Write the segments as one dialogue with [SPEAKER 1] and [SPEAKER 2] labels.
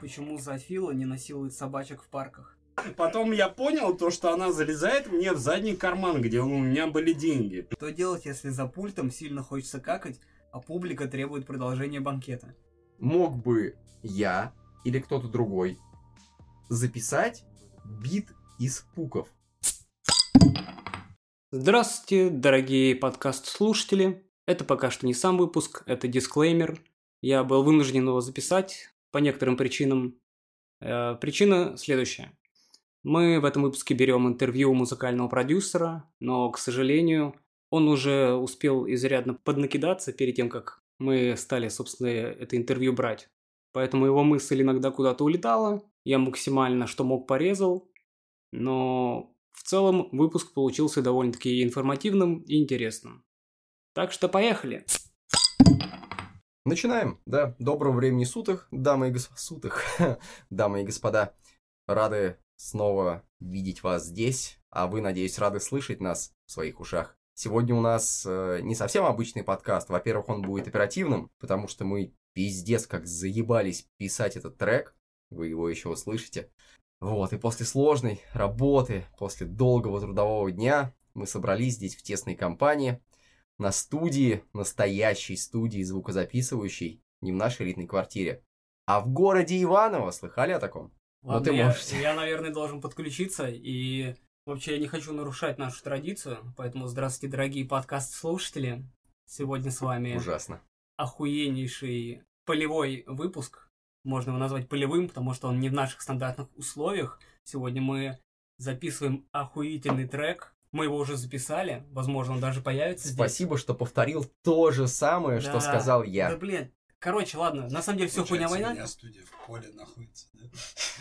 [SPEAKER 1] почему Зафила не насилует собачек в парках.
[SPEAKER 2] Потом я понял то, что она залезает мне в задний карман, где у меня были деньги.
[SPEAKER 1] Что делать, если за пультом сильно хочется какать, а публика требует продолжения банкета?
[SPEAKER 3] Мог бы я или кто-то другой записать бит из пуков.
[SPEAKER 4] Здравствуйте, дорогие подкаст-слушатели. Это пока что не сам выпуск, это дисклеймер. Я был вынужден его записать по некоторым причинам. Э, Причина следующая. Мы в этом выпуске берем интервью у музыкального продюсера, но, к сожалению, он уже успел изрядно поднакидаться перед тем, как мы стали, собственно, это интервью брать. Поэтому его мысль иногда куда-то улетала, я максимально что мог порезал, но в целом выпуск получился довольно-таки информативным и интересным. Так что поехали!
[SPEAKER 3] Начинаем. Да, доброго времени суток, дамы и господа. Суток, дамы и господа. Рады снова видеть вас здесь, а вы, надеюсь, рады слышать нас в своих ушах. Сегодня у нас э, не совсем обычный подкаст. Во-первых, он будет оперативным, потому что мы пиздец как заебались писать этот трек. Вы его еще услышите. Вот, и после сложной работы, после долгого трудового дня мы собрались здесь в тесной компании, на студии, настоящей студии звукозаписывающей, не в нашей элитной квартире, а в городе Иваново. Слыхали о таком?
[SPEAKER 1] Ладно,
[SPEAKER 3] ты
[SPEAKER 1] я,
[SPEAKER 3] можешь.
[SPEAKER 1] я, наверное, должен подключиться, и вообще я не хочу нарушать нашу традицию, поэтому здравствуйте, дорогие подкаст-слушатели. Сегодня с вами
[SPEAKER 3] Ужасно.
[SPEAKER 1] охуеннейший полевой выпуск. Можно его назвать полевым, потому что он не в наших стандартных условиях. Сегодня мы записываем охуительный трек. Мы его уже записали, возможно, он даже появится здесь.
[SPEAKER 3] Спасибо, что повторил то же самое, что
[SPEAKER 1] Да.
[SPEAKER 3] сказал
[SPEAKER 1] Да
[SPEAKER 3] я.
[SPEAKER 1] блин, короче, ладно, на самом деле все хуйня
[SPEAKER 5] Получается,
[SPEAKER 1] война.
[SPEAKER 5] У меня студия в поле находится, да?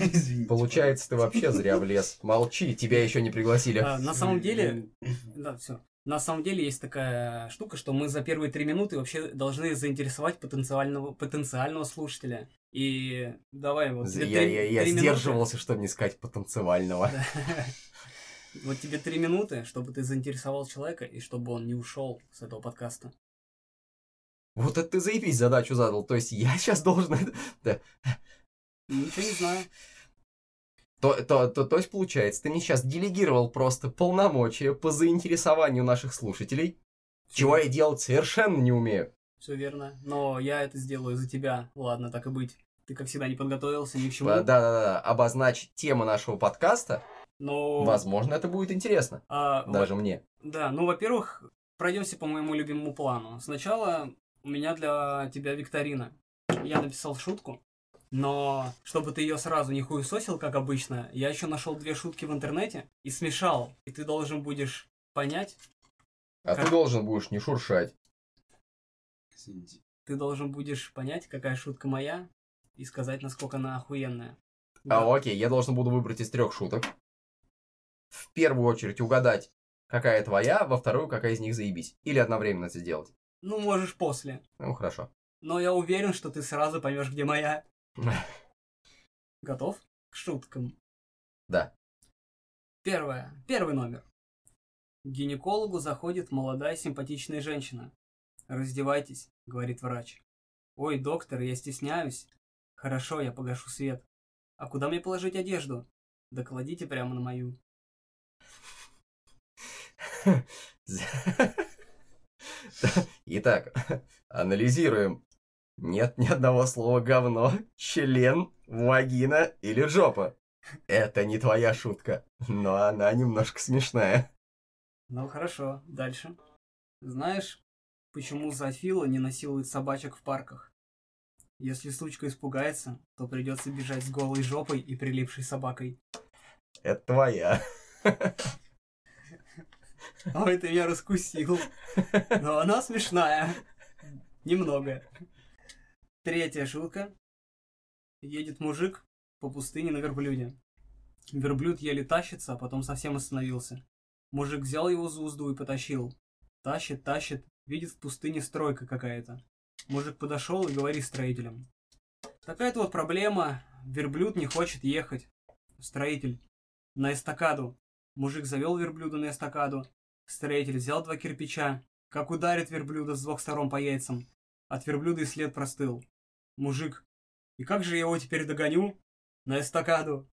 [SPEAKER 5] Извините.
[SPEAKER 3] Получается, ты вообще зря влез. Молчи, тебя еще не пригласили.
[SPEAKER 1] А, на самом деле, да, все. На самом деле есть такая штука, что мы за первые три минуты вообще должны заинтересовать потенциального, потенциального слушателя. И давай вот
[SPEAKER 3] Я,
[SPEAKER 1] тебе
[SPEAKER 3] я,
[SPEAKER 1] три,
[SPEAKER 3] я
[SPEAKER 1] три минуты.
[SPEAKER 3] сдерживался, чтобы не сказать потенциального.
[SPEAKER 1] Да. Вот тебе три минуты, чтобы ты заинтересовал человека и чтобы он не ушел с этого подкаста.
[SPEAKER 3] Вот это ты заебись задачу задал. То есть я сейчас должен... это-
[SPEAKER 1] Ничего не знаю.
[SPEAKER 3] То, то, то, то есть получается, ты мне сейчас делегировал просто полномочия по заинтересованию наших слушателей, чего я делать совершенно не умею.
[SPEAKER 1] Все верно. Но я это сделаю за тебя. Ладно, так и быть. Ты, как всегда, не подготовился ни к чему.
[SPEAKER 3] Да-да-да, обозначить тему нашего подкаста.
[SPEAKER 1] Но...
[SPEAKER 3] Возможно, это будет интересно.
[SPEAKER 1] а, вот
[SPEAKER 3] Даже мне.
[SPEAKER 1] Да, ну, во-первых, пройдемся по моему любимому плану. Сначала у меня для тебя викторина. Я написал шутку, но чтобы ты ее сразу не хуесосил, как обычно, я еще нашел две шутки в интернете и смешал. И ты должен будешь понять,
[SPEAKER 3] А
[SPEAKER 1] Как-
[SPEAKER 3] ты должен будешь не шуршать.
[SPEAKER 5] Извините.
[SPEAKER 1] ты должен будешь понять, какая шутка моя, и сказать, насколько она охуенная. Да.
[SPEAKER 3] А, окей, я должен буду выбрать из трех шуток. В первую очередь угадать, какая твоя, во вторую, какая из них заебись. Или одновременно это сделать.
[SPEAKER 1] Ну, можешь после.
[SPEAKER 3] Ну, хорошо.
[SPEAKER 1] Но я уверен, что ты сразу поймешь, где моя. Готов к шуткам?
[SPEAKER 3] Да.
[SPEAKER 1] Первое. Первый номер. К гинекологу заходит молодая симпатичная женщина. «Раздевайтесь», — говорит врач. «Ой, доктор, я стесняюсь». «Хорошо, я погашу свет». «А куда мне положить одежду?» «Да кладите прямо на мою».
[SPEAKER 3] Итак, анализируем. Нет ни одного слова говно, член, вагина или жопа. Это не твоя шутка, но она немножко смешная.
[SPEAKER 1] Ну хорошо, дальше. Знаешь, почему Зафила не насилует собачек в парках? Если сучка испугается, то придется бежать с голой жопой и прилипшей собакой.
[SPEAKER 3] Это твоя.
[SPEAKER 1] Ой, ты меня А раскусил. Но она смешная. Немного. Третья шутка. Едет мужик по пустыне на верблюде. Верблюд еле тащится, а потом совсем остановился. Мужик взял его за узду и потащил. Тащит, тащит, видит в пустыне стройка какая-то. Мужик подошел и говорит строителям. Такая-то вот проблема. Верблюд не хочет ехать. Строитель. На эстакаду. Мужик завел верблюда на эстакаду. Строитель взял два кирпича, как ударит верблюда с двух сторон по яйцам. От верблюда и след простыл. Мужик. И как же я его теперь догоню на эстакаду?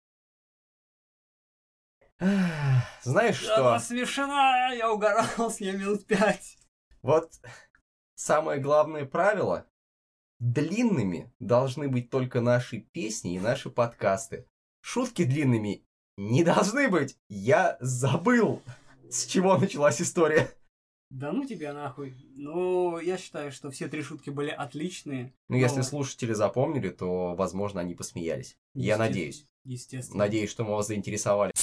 [SPEAKER 3] Знаешь
[SPEAKER 1] Она
[SPEAKER 3] что?
[SPEAKER 1] смешная, я угорал с ней минут пять.
[SPEAKER 3] Вот самое главное правило. Длинными должны быть только наши песни и наши подкасты. Шутки длинными не должны быть. Я забыл, с чего началась история.
[SPEAKER 1] Да ну тебя нахуй. Ну, я считаю, что все три шутки были отличные.
[SPEAKER 3] Ну, если
[SPEAKER 1] Ну.
[SPEAKER 3] слушатели запомнили, то, возможно, они посмеялись. Я
[SPEAKER 1] Есте-
[SPEAKER 3] надеюсь.
[SPEAKER 1] Естественно.
[SPEAKER 3] Надеюсь, что мы вас заинтересовали.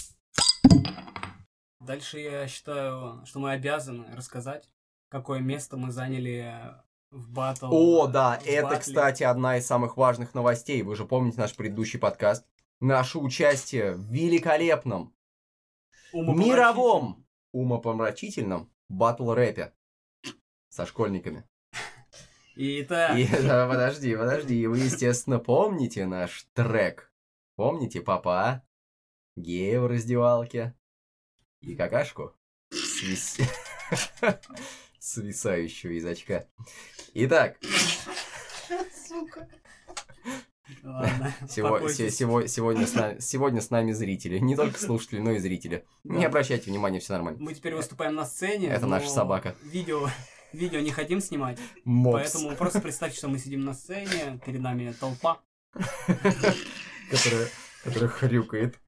[SPEAKER 1] Дальше я считаю, что мы обязаны рассказать, какое место мы заняли в батл.
[SPEAKER 3] О, да,
[SPEAKER 1] Ну, в
[SPEAKER 3] это,
[SPEAKER 1] батле.
[SPEAKER 3] кстати, одна из самых важных новостей. Вы же помните наш предыдущий подкаст? Наше участие в великолепном,
[SPEAKER 1] Умопомрачительно.
[SPEAKER 3] мировом, умопомрачительном батл-рэпе со школьниками.
[SPEAKER 1] И так,
[SPEAKER 3] И, да, подожди, подожди, и вы, естественно, помните наш трек? Помните папа? А», Гея в раздевалке? И какашку? свис- Свисающую из очка. Итак,
[SPEAKER 1] ладно,
[SPEAKER 3] Сего- се-
[SPEAKER 1] успокойтесь.
[SPEAKER 3] сего- сегодня, с нами, сегодня с нами зрители. Не только слушатели, но и зрители. Не
[SPEAKER 1] Да.
[SPEAKER 3] обращайте внимания, все нормально.
[SPEAKER 1] Мы теперь выступаем на сцене.
[SPEAKER 3] Это наша
[SPEAKER 1] но
[SPEAKER 3] собака.
[SPEAKER 1] Видео, видео не хотим снимать,
[SPEAKER 3] Мопс,
[SPEAKER 1] поэтому просто представьте, что мы сидим на сцене, перед нами толпа,
[SPEAKER 3] который, который хрюкает.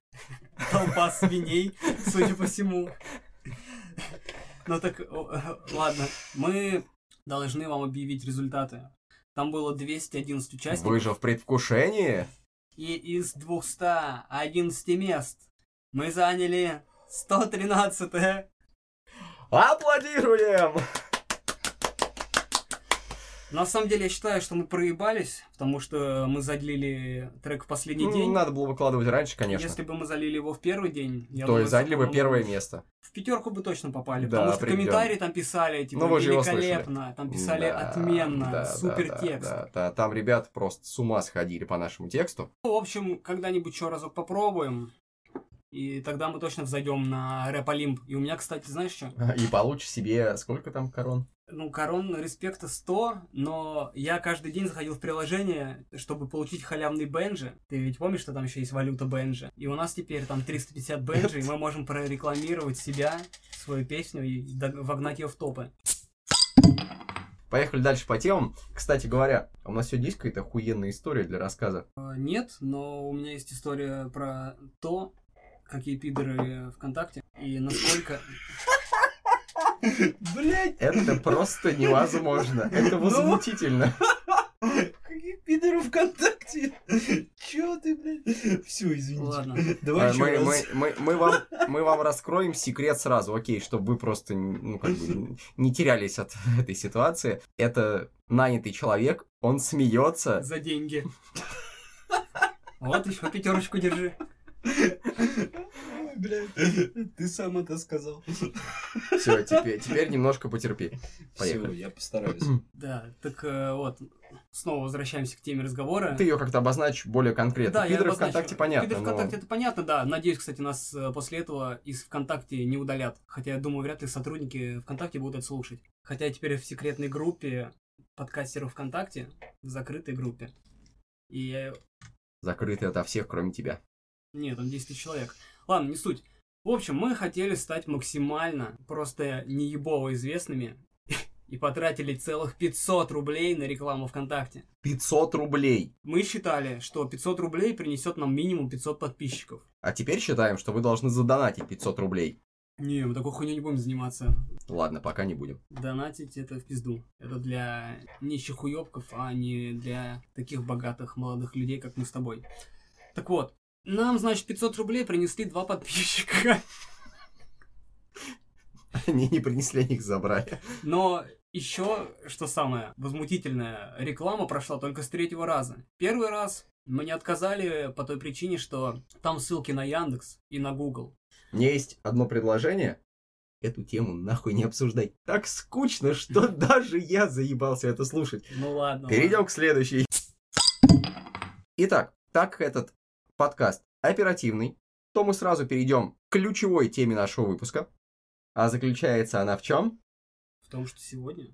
[SPEAKER 1] толпа свиней, судя по всему. Ну так, о, ладно, мы должны вам объявить результаты. Там было 211 участников.
[SPEAKER 3] Вы же в предвкушении?
[SPEAKER 1] И из 211 мест мы заняли 113
[SPEAKER 3] Аплодируем!
[SPEAKER 1] На самом деле, я считаю, что мы проебались, потому что мы залили трек в последний
[SPEAKER 3] Ну,
[SPEAKER 1] день.
[SPEAKER 3] Надо было выкладывать раньше, конечно.
[SPEAKER 1] Если бы мы залили его в первый день, я
[SPEAKER 3] То
[SPEAKER 1] думаю,
[SPEAKER 3] есть заняли бы
[SPEAKER 1] что
[SPEAKER 3] первое место.
[SPEAKER 1] В пятерку бы точно попали,
[SPEAKER 3] Да,
[SPEAKER 1] потому что
[SPEAKER 3] определенно.
[SPEAKER 1] комментарии там писали, типа,
[SPEAKER 3] Ну, вы же его
[SPEAKER 1] великолепно, там писали
[SPEAKER 3] Да,
[SPEAKER 1] отменно,
[SPEAKER 3] да, да,
[SPEAKER 1] супер
[SPEAKER 3] да,
[SPEAKER 1] текст.
[SPEAKER 3] да, да. Там ребята просто с ума сходили по нашему тексту.
[SPEAKER 1] Ну, в общем, когда-нибудь еще разок попробуем, и тогда мы точно взойдем на рэп Олимп. И у меня, кстати, знаешь что?
[SPEAKER 3] И получишь себе сколько там корон?
[SPEAKER 1] Ну, корон респекта 100, но я каждый день заходил в приложение, чтобы получить халявный бенджи. Ты ведь помнишь, что там еще есть валюта бенджи? И у нас теперь там 350 бенджи, и мы можем прорекламировать себя, свою песню и до- вогнать ее в топы.
[SPEAKER 3] Поехали дальше по темам. Кстати говоря, у нас сегодня есть какая-то охуенная история для рассказа.
[SPEAKER 1] Э, Нет, но у меня есть история про то, какие пидоры ВКонтакте и насколько...
[SPEAKER 5] Блять!
[SPEAKER 3] Это просто невозможно. Это
[SPEAKER 5] Ну.
[SPEAKER 3] возмутительно.
[SPEAKER 5] Какие пидоры ВКонтакте! Чё ты, блядь? Все, извините.
[SPEAKER 1] Ладно.
[SPEAKER 5] Давай
[SPEAKER 3] А,
[SPEAKER 5] еще
[SPEAKER 3] Мы,
[SPEAKER 5] раз.
[SPEAKER 3] мы, мы, мы, вам, мы вам раскроем секрет сразу, окей, чтобы вы просто ну, как бы, не терялись от этой ситуации. Это нанятый человек, он смеется.
[SPEAKER 1] За деньги. Вот еще пятерочку держи.
[SPEAKER 5] Ой, блядь, ты сам это сказал.
[SPEAKER 3] Все, теперь, теперь немножко потерпи.
[SPEAKER 5] Все,
[SPEAKER 3] Поехали.
[SPEAKER 5] я постараюсь.
[SPEAKER 1] Да, так э, вот, снова возвращаемся к теме разговора.
[SPEAKER 3] Ты ее как-то обозначь более конкретно.
[SPEAKER 1] я
[SPEAKER 3] Пидоры
[SPEAKER 1] обозначу.
[SPEAKER 3] ВКонтакте понятно.
[SPEAKER 1] Пидоры
[SPEAKER 3] но-
[SPEAKER 1] ВКонтакте это понятно, да. Надеюсь, кстати, нас э, после этого из ВКонтакте не удалят. Хотя, я думаю, вряд ли сотрудники ВКонтакте будут это слушать. Хотя я теперь в секретной группе подкастеров ВКонтакте, в закрытой группе. И я...
[SPEAKER 3] Закрыты ото всех, кроме тебя.
[SPEAKER 1] Нет, там 10 тысяч человек. Ладно, не суть. В общем, мы хотели стать максимально просто неебово известными и потратили целых 500 рублей на рекламу ВКонтакте.
[SPEAKER 3] 500 рублей.
[SPEAKER 1] Мы считали, что 500 рублей принесет нам минимум 500 подписчиков.
[SPEAKER 3] А теперь считаем, что вы должны задонатить 500 рублей.
[SPEAKER 1] Не, мы такой хуйней не будем заниматься.
[SPEAKER 3] Ладно, пока не будем.
[SPEAKER 1] Донатить это в пизду. Это для нищих уёбков, а не для таких богатых молодых людей, как мы с тобой. Так вот, нам, значит, 500 рублей принесли два подписчика.
[SPEAKER 3] Они не принесли, они их забрали.
[SPEAKER 1] Но еще, что самое возмутительное, реклама прошла только с третьего раза. Первый раз мне отказали по той причине, что там ссылки на Яндекс и на Google.
[SPEAKER 3] У меня есть одно предложение. Эту тему нахуй не обсуждать. Так скучно, что даже я заебался это слушать.
[SPEAKER 1] Ну ладно.
[SPEAKER 3] Перейдем к следующей. Итак, так как этот подкаст оперативный, то мы сразу перейдем к ключевой теме нашего выпуска. А заключается она в чем?
[SPEAKER 1] В том, что сегодня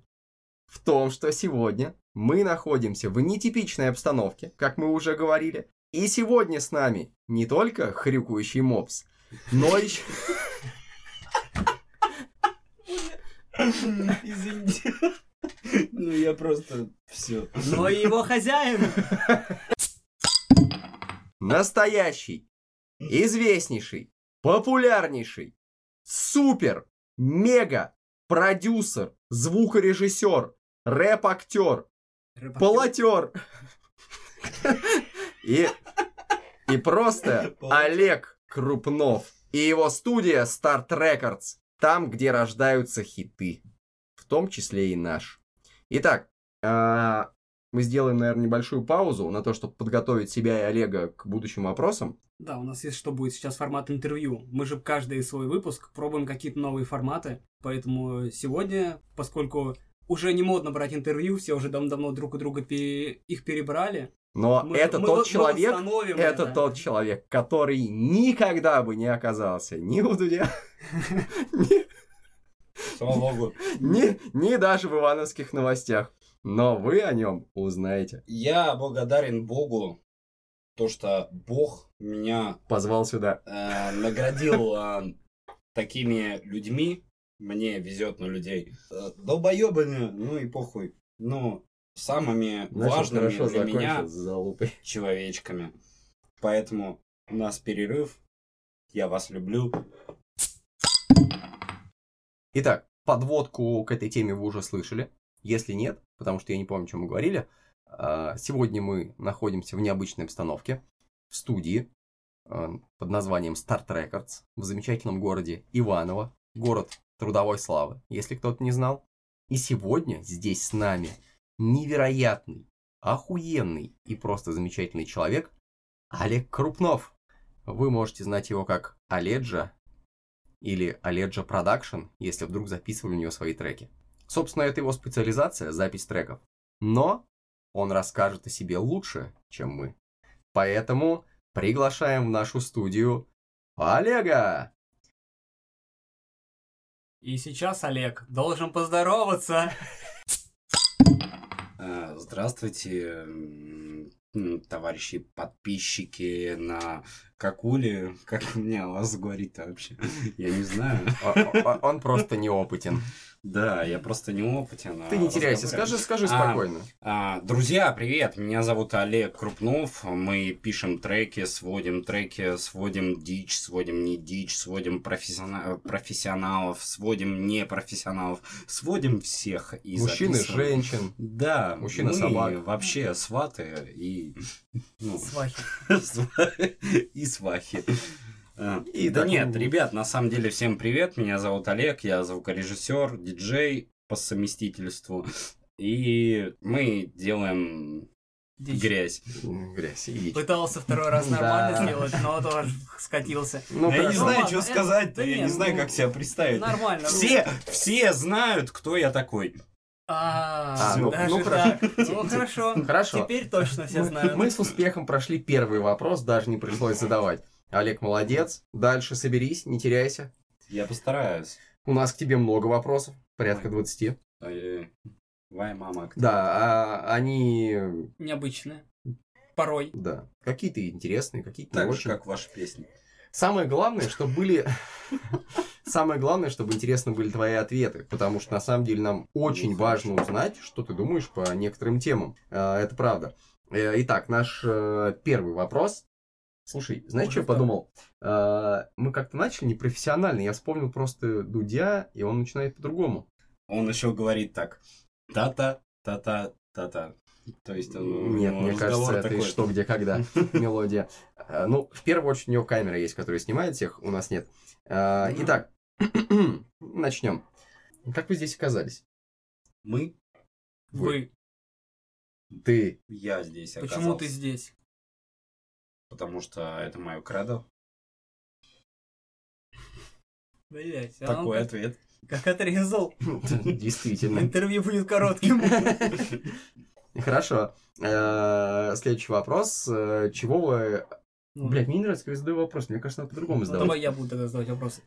[SPEAKER 3] В том, что сегодня Мы находимся в нетипичной обстановке, как мы уже говорили. И сегодня с нами не только хрюкающий мопс, но еще...
[SPEAKER 5] Извините. Ну, я просто... Все.
[SPEAKER 1] Но и его хозяин.
[SPEAKER 3] настоящий, известнейший, популярнейший, супер, мега, продюсер, звукорежиссер, рэп-актер, полотер и, и просто Олег Крупнов и его студия Start Records, там, где рождаются хиты, в том числе и наш. Итак, а, мы сделаем, наверное, небольшую паузу на то, чтобы подготовить себя и Олега к будущим вопросам.
[SPEAKER 1] Да, у нас есть что будет сейчас формат интервью. Мы же каждый свой выпуск пробуем какие-то новые форматы. Поэтому сегодня, поскольку уже не модно брать интервью, все уже давно-давно друг у друга пере- их перебрали.
[SPEAKER 3] Но
[SPEAKER 1] мы-
[SPEAKER 3] А, это
[SPEAKER 1] мы
[SPEAKER 3] тот
[SPEAKER 1] вот- мы
[SPEAKER 3] человек,
[SPEAKER 1] восстановим
[SPEAKER 3] это тот человек, который никогда бы не оказался ни у Дудя, ни,
[SPEAKER 2] Слава богу.
[SPEAKER 3] ни- ни даже в ивановских новостях. Но вы о нем узнаете.
[SPEAKER 2] Я благодарен Богу, то, что Бог меня
[SPEAKER 3] Позвал сюда.
[SPEAKER 2] э, наградил э, такими людьми. Мне везет на людей. Э, долбоебами, ну и похуй. Ну, самыми
[SPEAKER 3] Знаешь, он
[SPEAKER 2] важными
[SPEAKER 3] хорошо
[SPEAKER 2] для
[SPEAKER 3] закончил
[SPEAKER 2] меня
[SPEAKER 3] с залупой.
[SPEAKER 2] человечками. Поэтому у нас перерыв. Я вас люблю.
[SPEAKER 3] Итак, подводку к этой теме вы уже слышали. Если нет, потому что я не помню, о чем мы говорили. а, Сегодня мы находимся в необычной обстановке, в студии э, под названием Start Records в замечательном городе Иваново, город трудовой славы, если кто-то не знал. И сегодня здесь с нами невероятный, охуенный и просто замечательный человек Олег Крупнов. Вы можете знать его как Оледжа или Allegia Production, если вдруг записывали у него свои треки. Собственно, это его специализация, запись треков. Но он расскажет о себе лучше, чем мы. Поэтому приглашаем в нашу студию Олега!
[SPEAKER 1] И сейчас Олег должен поздороваться.
[SPEAKER 2] Э, Здравствуйте, м, м, товарищи подписчики на Какуле. Как мне о вас говорить-то вообще? Я не знаю.
[SPEAKER 3] О- о- Он просто неопытен.
[SPEAKER 2] Да, я просто неопытен. а
[SPEAKER 3] Ты не теряйся,
[SPEAKER 2] разговаривать-
[SPEAKER 3] скажи, скажи
[SPEAKER 2] А,
[SPEAKER 3] спокойно.
[SPEAKER 2] А, Друзья, привет! Меня зовут Олег Крупнов. Мы пишем треки, сводим треки, сводим дичь, сводим не дичь, сводим профессиона- профессионалов, сводим непрофессионалов, сводим всех и
[SPEAKER 3] Мужчин и
[SPEAKER 2] записываем.
[SPEAKER 3] женщин.
[SPEAKER 2] Да,
[SPEAKER 3] Мужчина
[SPEAKER 2] мы
[SPEAKER 3] собака.
[SPEAKER 2] вообще сваты и... ну,
[SPEAKER 1] Свахи.
[SPEAKER 2] сва- и свахи. А,
[SPEAKER 3] И
[SPEAKER 2] да
[SPEAKER 3] так,
[SPEAKER 2] нет,
[SPEAKER 3] ну,
[SPEAKER 2] ребят, на самом деле всем привет. Меня зовут Олег, я звукорежиссер, диджей по совместительству. И мы делаем
[SPEAKER 1] Дичь.
[SPEAKER 2] грязь.
[SPEAKER 3] м, Грязь, иди.
[SPEAKER 1] Пытался второй раз
[SPEAKER 3] Да.
[SPEAKER 1] нормально сделать, но тоже скатился.
[SPEAKER 3] Ну,
[SPEAKER 5] я не
[SPEAKER 3] хорошо.
[SPEAKER 5] знаю,
[SPEAKER 1] ладно,
[SPEAKER 5] что
[SPEAKER 1] это-
[SPEAKER 5] сказать-то,
[SPEAKER 1] да
[SPEAKER 5] я не
[SPEAKER 1] нет,
[SPEAKER 5] знаю,
[SPEAKER 1] ну,
[SPEAKER 5] как себя
[SPEAKER 3] Э,
[SPEAKER 5] представить.
[SPEAKER 1] Нормально.
[SPEAKER 2] Все, все знают, кто я такой.
[SPEAKER 1] А,
[SPEAKER 3] А, ну-
[SPEAKER 1] даже
[SPEAKER 3] ну,
[SPEAKER 1] так. Ну хорошо.
[SPEAKER 3] Хорошо.
[SPEAKER 1] Теперь точно все
[SPEAKER 3] Мы-
[SPEAKER 1] знают.
[SPEAKER 3] Мы с успехом прошли первый вопрос, даже не пришлось задавать. Олег, молодец. Дальше соберись, не теряйся.
[SPEAKER 2] Я постараюсь.
[SPEAKER 3] У нас к тебе много вопросов, порядка 20.
[SPEAKER 2] Э, Вай, мама. кто?
[SPEAKER 3] Да, а они...
[SPEAKER 1] Необычные. Порой.
[SPEAKER 3] Да, какие-то интересные, какие-то не
[SPEAKER 2] Так же,
[SPEAKER 3] очень.
[SPEAKER 2] как ваша песня.
[SPEAKER 3] Самое главное, чтобы были... Самое главное, чтобы интересны были твои ответы, потому что на самом деле нам очень
[SPEAKER 2] Ну,
[SPEAKER 3] важно узнать, что ты думаешь по некоторым темам. А, Это правда. Э, Итак, наш э, первый вопрос. Слушай, знаешь,
[SPEAKER 1] Уже
[SPEAKER 3] что я
[SPEAKER 1] второй.
[SPEAKER 3] подумал? А, Мы как-то начали непрофессионально. Я вспомнил просто Дудя, и он начинает по-другому.
[SPEAKER 2] Он еще говорит так. Та-та, та-та, та-та. То есть он, у
[SPEAKER 3] Нет,
[SPEAKER 2] него
[SPEAKER 3] мне
[SPEAKER 2] разговор
[SPEAKER 3] кажется, это из
[SPEAKER 2] такой.
[SPEAKER 3] что, где, когда мелодия. А, Ну, в первую очередь у него камера есть, которая снимает всех, у нас нет. А, Итак, начнем. Как вы здесь оказались?
[SPEAKER 2] Мы,
[SPEAKER 1] Вы.
[SPEAKER 3] Ты.
[SPEAKER 2] я здесь
[SPEAKER 1] Почему ты
[SPEAKER 2] оказался,
[SPEAKER 1] здесь?
[SPEAKER 2] Потому что это мое кредо.
[SPEAKER 1] Блять, а
[SPEAKER 2] Такой
[SPEAKER 1] он
[SPEAKER 2] ответ.
[SPEAKER 1] как, как отрезал.
[SPEAKER 3] Действительно.
[SPEAKER 1] Интервью будет коротким.
[SPEAKER 3] Хорошо. Э, Следующий вопрос. Э, Чего вы...
[SPEAKER 1] Ну,
[SPEAKER 3] Блять, мне не нравится, когда я задаю вопрос. Мне кажется, надо по-другому
[SPEAKER 1] ну,
[SPEAKER 3] задавать.
[SPEAKER 1] давай я буду тогда задавать вопросы.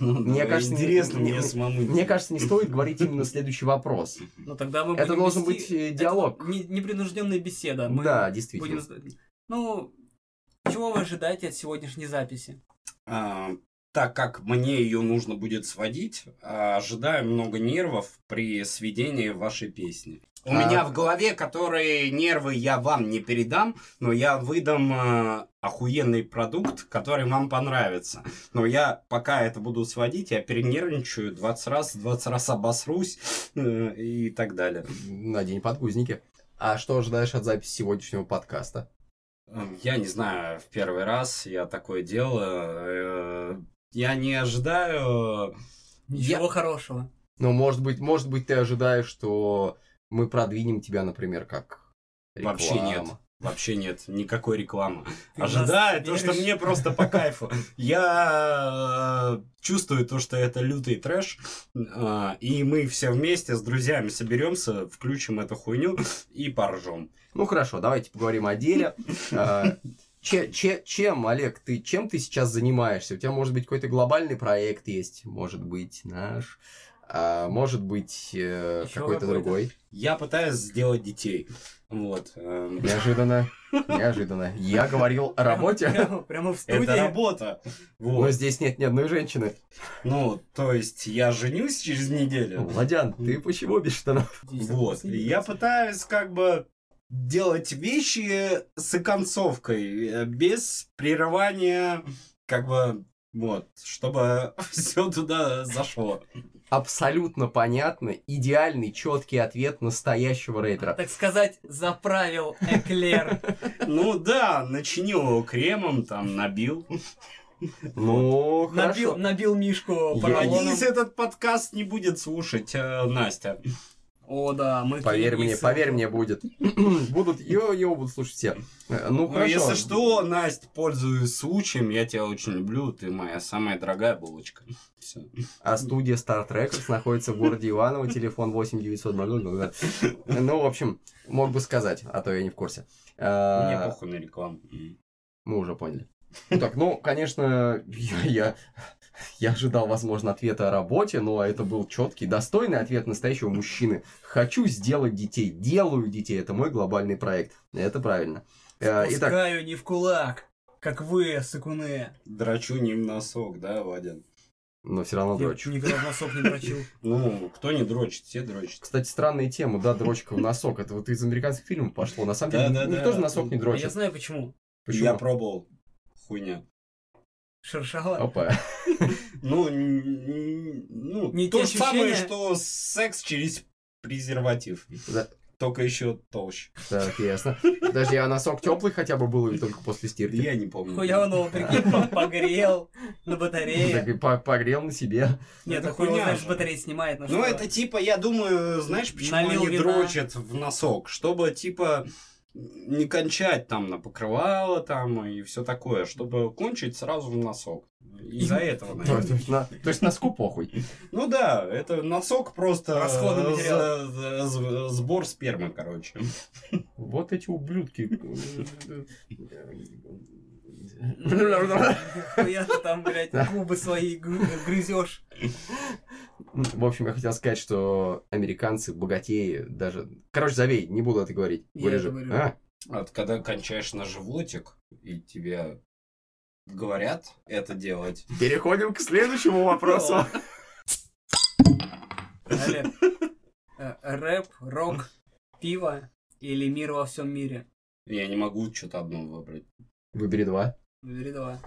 [SPEAKER 2] Ну, э,
[SPEAKER 3] Мне кажется,
[SPEAKER 5] интересно
[SPEAKER 3] не-
[SPEAKER 5] мне
[SPEAKER 3] не-
[SPEAKER 5] самому.
[SPEAKER 3] Мне кажется, не стоит говорить именно следующий вопрос.
[SPEAKER 1] Ну тогда мы
[SPEAKER 3] Это
[SPEAKER 1] будем
[SPEAKER 3] должен быть
[SPEAKER 1] вести-
[SPEAKER 3] э, диалог.
[SPEAKER 1] Это не- Непринужденная беседа. Мы
[SPEAKER 3] Да,
[SPEAKER 1] будем...
[SPEAKER 3] действительно.
[SPEAKER 1] Ну, чего вы ожидаете от сегодняшней записи?
[SPEAKER 2] А, так как мне ее нужно будет сводить, а, ожидаю много нервов при сведении вашей песни. У
[SPEAKER 3] А.
[SPEAKER 2] меня в голове, которые нервы я вам не передам, но я выдам а, охуенный продукт, который вам понравится. Но я, пока это буду сводить, я перенервничаю 20 раз, 20 раз обосрусь э, и так далее.
[SPEAKER 3] Надень подгузники. А что ожидаешь от записи сегодняшнего подкаста?
[SPEAKER 2] Эм, Я не знаю, в первый раз я такое делаю. э, Я не ожидаю...
[SPEAKER 1] Ничего хорошего.
[SPEAKER 3] Ну, может быть, может быть, ты ожидаешь, что мы продвинем тебя, например, как
[SPEAKER 2] Вообще нет.
[SPEAKER 3] реклама.
[SPEAKER 2] Вообще нет, никакой рекламы.
[SPEAKER 1] Ты
[SPEAKER 2] Ожидаю
[SPEAKER 1] нас
[SPEAKER 2] то, что
[SPEAKER 1] веришь?
[SPEAKER 2] мне просто по кайфу. Я э, чувствую то, что это лютый трэш, э, и мы все вместе с друзьями соберемся, включим эту хуйню и поржем.
[SPEAKER 3] Ну хорошо, давайте поговорим о деле. А, че- че- Чем, Олег, ты чем ты сейчас занимаешься? У тебя может быть какой-то глобальный проект есть, может быть наш, а, может быть э,
[SPEAKER 1] Ещё
[SPEAKER 3] какой-то
[SPEAKER 1] какой-то.
[SPEAKER 3] другой.
[SPEAKER 2] Я пытаюсь сделать детей. Вот. эм,
[SPEAKER 3] Неожиданно, неожиданно. Я говорил о работе,
[SPEAKER 1] Прямо, прямо в
[SPEAKER 2] Это
[SPEAKER 1] студии.
[SPEAKER 2] работа.
[SPEAKER 3] но
[SPEAKER 2] Вот.
[SPEAKER 3] здесь нет ни одной женщины.
[SPEAKER 2] Ну, то есть я женюсь через неделю.
[SPEAKER 3] Владян, ты почему без штанов?
[SPEAKER 2] Вот. И Я пытаюсь как бы делать вещи с оконцовкой, э, без прерывания, как бы, вот, чтобы все туда зашло.
[SPEAKER 3] Абсолютно понятно, идеальный, четкий ответ настоящего рейтера.
[SPEAKER 1] Так сказать, заправил эклер.
[SPEAKER 2] Ну да, начинил его кремом, там, набил.
[SPEAKER 1] Набил,
[SPEAKER 3] Ну, хорошо.
[SPEAKER 1] набил Мишку
[SPEAKER 3] Я
[SPEAKER 1] поролоном.
[SPEAKER 2] Надеюсь, этот подкаст не будет слушать э, Настя.
[SPEAKER 3] Ну,
[SPEAKER 1] О, да, мы...
[SPEAKER 3] Поверь мне,
[SPEAKER 1] клинисты.
[SPEAKER 3] поверь мне, будет. Будут, его, его будут слушать все. Э, Ну,
[SPEAKER 2] Ну,
[SPEAKER 3] хорошо.
[SPEAKER 2] если что, Настя, пользуюсь случаем, я тебя очень люблю, ты моя самая дорогая булочка. Все.
[SPEAKER 3] А студия Star Trek находится в городе Иваново, телефон 8900. Ну, в общем, мог бы сказать, а то я не в курсе. А,
[SPEAKER 2] Мне похуй на рекламу.
[SPEAKER 3] Мы уже поняли. Ну так, ну, конечно, я, я, я ожидал, возможно, ответа о работе, но это был четкий, достойный ответ настоящего мужчины. Хочу сделать детей, делаю детей, это мой глобальный проект. Это правильно. Э, Итак,
[SPEAKER 1] Пускаю не в кулак, как вы, сыкуны.
[SPEAKER 2] Драчу не в носок, да, Вадя?
[SPEAKER 3] но все равно
[SPEAKER 1] Я
[SPEAKER 3] дрочу.
[SPEAKER 1] Никогда в носок не дрочил. А
[SPEAKER 2] Ну, кто не дрочит, все дрочат.
[SPEAKER 3] Кстати, странная тема, да, дрочка в носок. Это вот из американских фильмов пошло. На самом деле,
[SPEAKER 2] Да-да-да.
[SPEAKER 3] никто же носок не
[SPEAKER 1] Я
[SPEAKER 3] дрочит.
[SPEAKER 1] знаю почему.
[SPEAKER 3] Почему?
[SPEAKER 2] Я пробовал. Хуйня.
[SPEAKER 1] Шершава.
[SPEAKER 3] Опа.
[SPEAKER 2] Ну, н- н- ну
[SPEAKER 1] Не
[SPEAKER 2] то
[SPEAKER 1] те
[SPEAKER 2] же самое,
[SPEAKER 1] ощущения?
[SPEAKER 2] что секс через презерватив.
[SPEAKER 3] Да.
[SPEAKER 2] Только еще толще.
[SPEAKER 3] Так, ясно. Подожди, а носок теплый хотя бы был или только после стирки?
[SPEAKER 2] Я не помню.
[SPEAKER 1] Хуя он его, прикинь, по- погрел на
[SPEAKER 3] Ну Так
[SPEAKER 1] батарее.
[SPEAKER 3] и по- погрел на себе.
[SPEAKER 1] Нет,
[SPEAKER 2] это
[SPEAKER 1] такой,
[SPEAKER 2] хуйня
[SPEAKER 1] знаешь,
[SPEAKER 2] же.
[SPEAKER 1] батареи снимает.
[SPEAKER 2] Ну, это типа, я думаю, знаешь, почему
[SPEAKER 1] Налил
[SPEAKER 2] они
[SPEAKER 1] вина.
[SPEAKER 2] дрочат в носок? Чтобы, типа, не кончать там на покрывало там и все такое. Чтобы кончить сразу в носок. Из-за этого,
[SPEAKER 3] То
[SPEAKER 2] наверное.
[SPEAKER 3] есть на- то есть носку похуй.
[SPEAKER 2] Ну да, это носок просто
[SPEAKER 1] Расходный
[SPEAKER 2] э,
[SPEAKER 1] материал.
[SPEAKER 2] за- за- сбор спермы, короче.
[SPEAKER 3] Вот эти ублюдки.
[SPEAKER 1] Хуя ты там, блядь, губы свои гры- грызешь.
[SPEAKER 3] В общем, я хотел сказать, что американцы богатеи даже... Короче, завей, не буду это говорить.
[SPEAKER 1] Я
[SPEAKER 3] Вырежу.
[SPEAKER 1] это говорю.
[SPEAKER 3] А,
[SPEAKER 2] Вот когда кончаешь на животик, и тебе говорят это делать.
[SPEAKER 3] Переходим к следующему вопросу.
[SPEAKER 1] Далее. Э, Рэп, рок, пиво или мир во всем мире?
[SPEAKER 2] Я не могу что-то одно выбрать.
[SPEAKER 3] Выбери два.
[SPEAKER 1] Выбери два.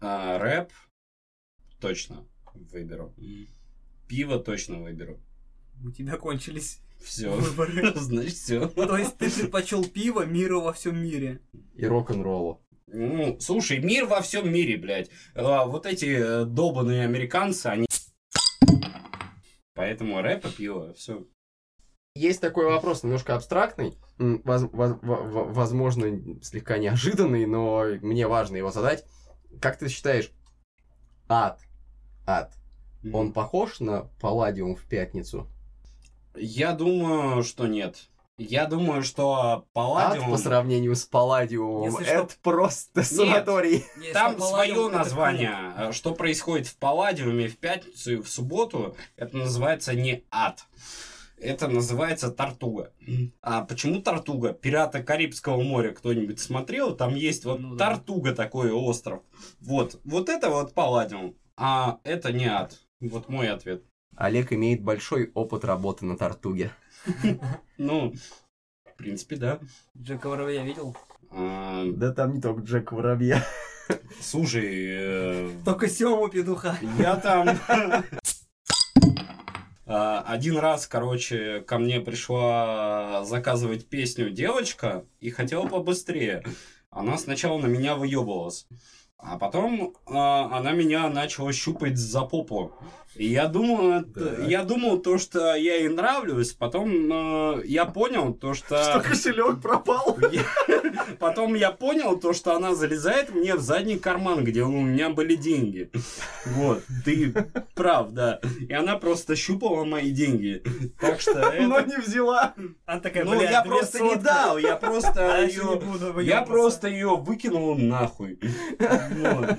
[SPEAKER 2] А, рэп точно выберу. Пиво точно выберу.
[SPEAKER 1] У тебя кончились
[SPEAKER 2] Все.
[SPEAKER 1] выборы. Ну,
[SPEAKER 2] Значит, все.
[SPEAKER 1] То есть ты предпочел пиво миру во всем мире.
[SPEAKER 3] И рок-н-роллу.
[SPEAKER 2] Ну, слушай, мир во всем мире, блядь. А, вот эти э, долбаные американцы, они... Поэтому рэп и пиво, все.
[SPEAKER 3] Есть такой вопрос, немножко абстрактный, м, воз- воз- во- во- возможно, слегка неожиданный, но мне важно его задать. Как ты считаешь, ад, ад, он похож на Палладиум в пятницу?
[SPEAKER 2] Я думаю, что нет. Я думаю, что
[SPEAKER 3] Ад по
[SPEAKER 2] Палладиум...
[SPEAKER 3] сравнению с Палладиумом,
[SPEAKER 1] Если что-
[SPEAKER 3] это просто санаторий.
[SPEAKER 1] Если
[SPEAKER 2] Там
[SPEAKER 1] Палладиум
[SPEAKER 2] свое
[SPEAKER 1] это клуб.
[SPEAKER 2] название. э, Что происходит в Палладиуме в пятницу и в субботу, это называется не ад. Это называется Тартуга. А почему Тартуга? Пираты Карибского моря кто-нибудь смотрел? Там есть вот
[SPEAKER 1] Ну да.
[SPEAKER 2] Тартуга такой остров. Вот. Вот это вот Палладиум. А это не ад. Вот мой ответ.
[SPEAKER 3] Олег имеет большой опыт работы на Тартуге.
[SPEAKER 2] Ну, в принципе, да.
[SPEAKER 1] Джека Воробья видел?
[SPEAKER 2] А,
[SPEAKER 3] Да там не только Джек Воробья.
[SPEAKER 2] слушай, э,
[SPEAKER 1] Только Сему Петуха.
[SPEAKER 2] Я там. А, Один раз, короче, ко мне пришла заказывать песню девочка и хотела побыстрее. Она сначала на меня выебывалась. А потом а, она меня начала щупать за попу. И я думал, это-
[SPEAKER 3] Так.
[SPEAKER 2] я думал то, что я ей нравлюсь. Потом а, я понял то, что...
[SPEAKER 3] кошелек пропал.
[SPEAKER 2] Я- Потом я понял то, что она залезает мне в задний карман, где у меня были деньги. Вот, ты прав, да. И она просто щупала мои деньги. Так что это...
[SPEAKER 3] не взяла.
[SPEAKER 1] Она такая,
[SPEAKER 2] Ну,
[SPEAKER 1] бля,
[SPEAKER 2] я просто не дал, я
[SPEAKER 1] а
[SPEAKER 2] просто ее...
[SPEAKER 1] ну,
[SPEAKER 2] Я просто ее выкинул нахуй. Вот.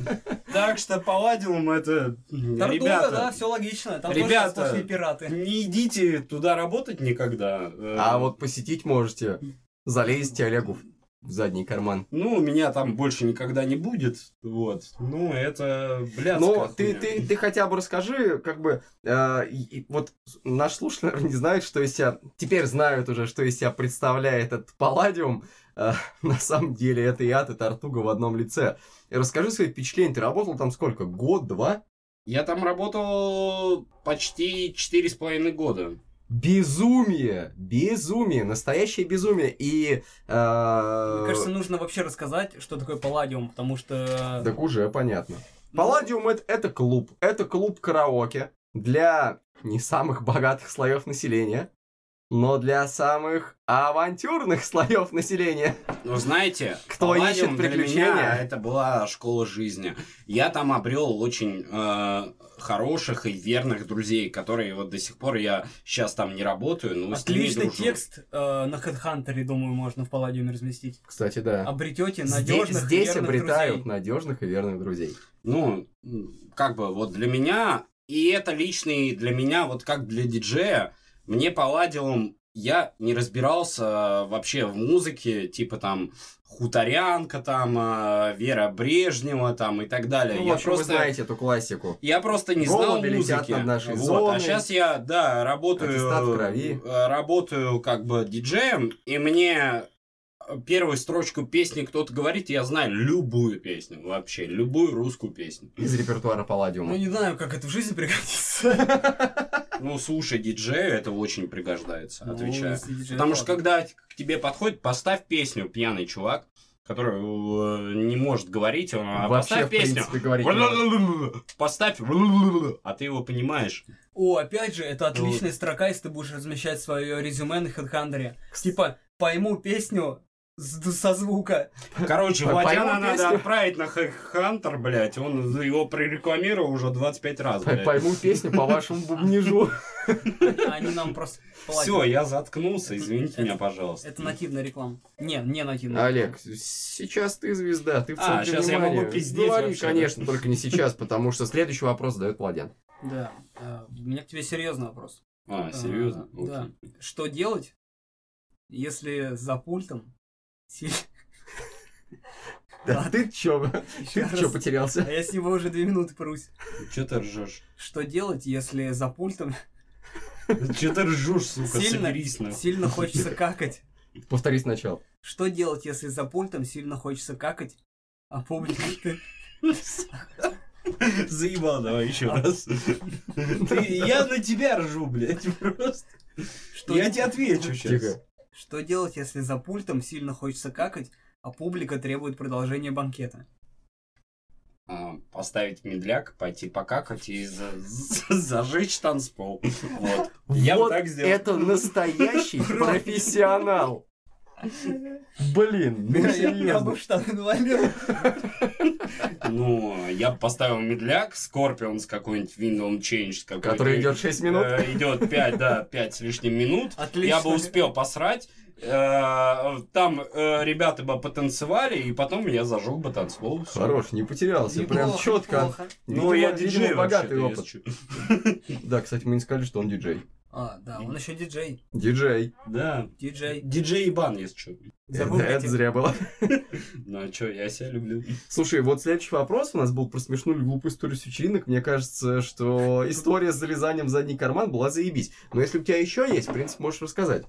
[SPEAKER 2] Так что Палладиум это...
[SPEAKER 1] Тартуга, да,
[SPEAKER 2] Ребята,
[SPEAKER 1] все логично. Там
[SPEAKER 2] Ребята.
[SPEAKER 1] тоже сплошные пираты.
[SPEAKER 2] не идите туда работать никогда. Э,
[SPEAKER 3] А вот посетить можете. Залезьте Олегу в задний карман.
[SPEAKER 2] Ну, меня там больше никогда не будет. Вот. Ну, это, блядь.
[SPEAKER 3] Ну, ты, ты, ты хотя бы расскажи, как бы, э, и- и вот наш слушатель наверное, не знает, что из себя, теперь знают уже, что из себя представляет этот Палладиум. Э, на самом деле это и ад, и Тартуга в одном лице. И расскажи свои впечатления, ты работал там сколько, год, два?
[SPEAKER 2] Я там работал почти четыре с половиной года.
[SPEAKER 3] Безумие, безумие, настоящее безумие. И... э,
[SPEAKER 1] Мне кажется, нужно вообще рассказать, что такое Палладиум, потому что...
[SPEAKER 3] Так уже понятно.
[SPEAKER 1] Ну,
[SPEAKER 3] Палладиум это, это клуб. Это клуб караоке для не самых богатых слоев населения, но для самых авантюрных слоев населения.
[SPEAKER 2] Но знаете,
[SPEAKER 3] Кто ищет
[SPEAKER 2] для
[SPEAKER 3] приключения?
[SPEAKER 2] меня это была школа жизни. Я там обрел очень э, хороших и верных друзей, которые вот до сих пор я сейчас там не работаю, но с ними
[SPEAKER 1] Отличный
[SPEAKER 2] дружу.
[SPEAKER 1] текст э, на HeadHunter, думаю, можно в Палладиуме разместить.
[SPEAKER 3] Кстати, да.
[SPEAKER 1] Обретете
[SPEAKER 3] Здесь,
[SPEAKER 1] А, надежных
[SPEAKER 3] здесь
[SPEAKER 1] верных
[SPEAKER 3] обретают
[SPEAKER 1] друзей.
[SPEAKER 3] надежных и верных друзей.
[SPEAKER 2] ну, м, как бы вот для меня, и это личный для меня, вот как для диджея, мне Палладиум, я не разбирался вообще в музыке, типа там Хуторянка, там э, Вера Брежнева, там и так далее.
[SPEAKER 3] Ну, в
[SPEAKER 2] я
[SPEAKER 3] общем, вы знаете эту классику.
[SPEAKER 2] я просто не знал
[SPEAKER 3] Голуби летят
[SPEAKER 2] музыки.
[SPEAKER 3] над нашей
[SPEAKER 2] Вот,
[SPEAKER 3] зоной.
[SPEAKER 2] А сейчас я, да, работаю,
[SPEAKER 3] Аттестат в крови.
[SPEAKER 2] э, работаю как бы диджеем, и мне э, первую строчку песни кто-то говорит, я знаю любую песню вообще, любую русскую песню.
[SPEAKER 3] Из репертуара
[SPEAKER 1] Ну,
[SPEAKER 3] Палладиума.
[SPEAKER 1] не знаю, как это в жизни пригодится.
[SPEAKER 2] Ну, слушай, диджею это очень пригождается,
[SPEAKER 1] Ну,
[SPEAKER 2] отвечаю.
[SPEAKER 1] если диджей,
[SPEAKER 2] Потому что
[SPEAKER 1] ладно.
[SPEAKER 2] когда к тебе подходит, поставь песню, пьяный чувак, который э, не может говорить, он
[SPEAKER 3] Вообще, в
[SPEAKER 2] а, поставь песню.
[SPEAKER 3] принципе, говорить не надо.
[SPEAKER 2] Поставь, а ты его понимаешь.
[SPEAKER 1] О, опять же, это отличная строка, если ты будешь размещать свое резюме на HeadHunter.
[SPEAKER 3] Кс-
[SPEAKER 1] Типа, пойму песню с- со звука.
[SPEAKER 2] Короче,
[SPEAKER 3] По-
[SPEAKER 2] Владяна
[SPEAKER 3] пойму
[SPEAKER 2] надо
[SPEAKER 3] песню.
[SPEAKER 2] отправить на Хантер, блядь. Он его прорекламировал уже 25 раз,
[SPEAKER 3] П-
[SPEAKER 2] блядь.
[SPEAKER 3] Пойму песню по вашему бубнижу.
[SPEAKER 1] Они нам просто
[SPEAKER 2] Все,
[SPEAKER 1] платят.
[SPEAKER 2] я заткнулся, извините
[SPEAKER 1] Это-
[SPEAKER 2] меня, пожалуйста.
[SPEAKER 1] Это нативная реклама. Не, не нативная.
[SPEAKER 3] Олег, сейчас ты звезда, ты в
[SPEAKER 2] А,
[SPEAKER 3] центре
[SPEAKER 2] щас я
[SPEAKER 3] внимания.
[SPEAKER 2] могу пиздеть
[SPEAKER 3] Говори,
[SPEAKER 2] вообще, да.
[SPEAKER 3] конечно, только не сейчас, потому что следующий вопрос задает Владян.
[SPEAKER 1] Да. э, У меня к тебе серьезный вопрос.
[SPEAKER 2] А, серьезно?
[SPEAKER 1] А, да.
[SPEAKER 2] Окей.
[SPEAKER 1] Что делать, если за пультом... си-
[SPEAKER 3] Да А ты чё?
[SPEAKER 1] Ещё
[SPEAKER 3] Ты
[SPEAKER 1] раз.
[SPEAKER 3] чё, потерялся?
[SPEAKER 1] А я с него уже две минуты прусь.
[SPEAKER 2] Че ты ржешь?
[SPEAKER 1] Что делать, если за пультом
[SPEAKER 2] Че ты ржешь, сука?
[SPEAKER 1] Сильно?
[SPEAKER 2] Соберись нахуй.
[SPEAKER 1] сильно хочется какать?
[SPEAKER 3] Повтори сначала.
[SPEAKER 1] Что делать, если за пультом сильно хочется какать, а публика...
[SPEAKER 2] Заебал, давай еще
[SPEAKER 3] А.
[SPEAKER 2] раз. Ты- Я на тебя ржу, блядь, просто.
[SPEAKER 1] Что
[SPEAKER 2] Я тебе отвечу сейчас.
[SPEAKER 3] Тихо.
[SPEAKER 1] Что делать, если за пультом сильно хочется какать, а публика требует продолжения банкета?
[SPEAKER 2] А, Поставить медляк, пойти покакать и за- за- зажечь танцпол. Вот. Я бы
[SPEAKER 3] Вот
[SPEAKER 2] так сделал.
[SPEAKER 3] это настоящий профессионал. Блин, ну серьезно.
[SPEAKER 1] штаны навалил.
[SPEAKER 2] Ну, я бы поставил медляк, Scorpions какой-нибудь, Windows Change какой-то.
[SPEAKER 3] Который идет 6 минут.
[SPEAKER 2] Э, идет 5, да, 5 с лишним минут.
[SPEAKER 1] Отлично.
[SPEAKER 2] Я бы успел посрать, э, там э, ребята бы потанцевали, и потом я зажег бы танцпол. Всё.
[SPEAKER 3] Хорош, не потерялся, прям
[SPEAKER 1] Неплохо,
[SPEAKER 3] четко.
[SPEAKER 1] неплохо.
[SPEAKER 2] Ну,
[SPEAKER 3] Видимо,
[SPEAKER 2] я
[SPEAKER 3] видимо,
[SPEAKER 2] диджей
[SPEAKER 3] богатый
[SPEAKER 2] вообще-то,
[SPEAKER 3] опыт.
[SPEAKER 2] если чё.
[SPEAKER 3] Да, кстати, мы не сказали, что он диджей.
[SPEAKER 1] А, да, он еще диджей.
[SPEAKER 3] Диджей.
[SPEAKER 2] Да.
[SPEAKER 1] Диджей.
[SPEAKER 2] Диджей Ибан, если что.
[SPEAKER 3] Это, это
[SPEAKER 1] Загуглите.
[SPEAKER 3] зря было.
[SPEAKER 2] Ну, а что, я себя люблю.
[SPEAKER 3] Слушай, вот следующий вопрос у нас был про смешную или глупую историю с вечеринок. Мне кажется, что история с залезанием в задний карман была заебись. Но если у тебя еще есть, в принципе, можешь рассказать.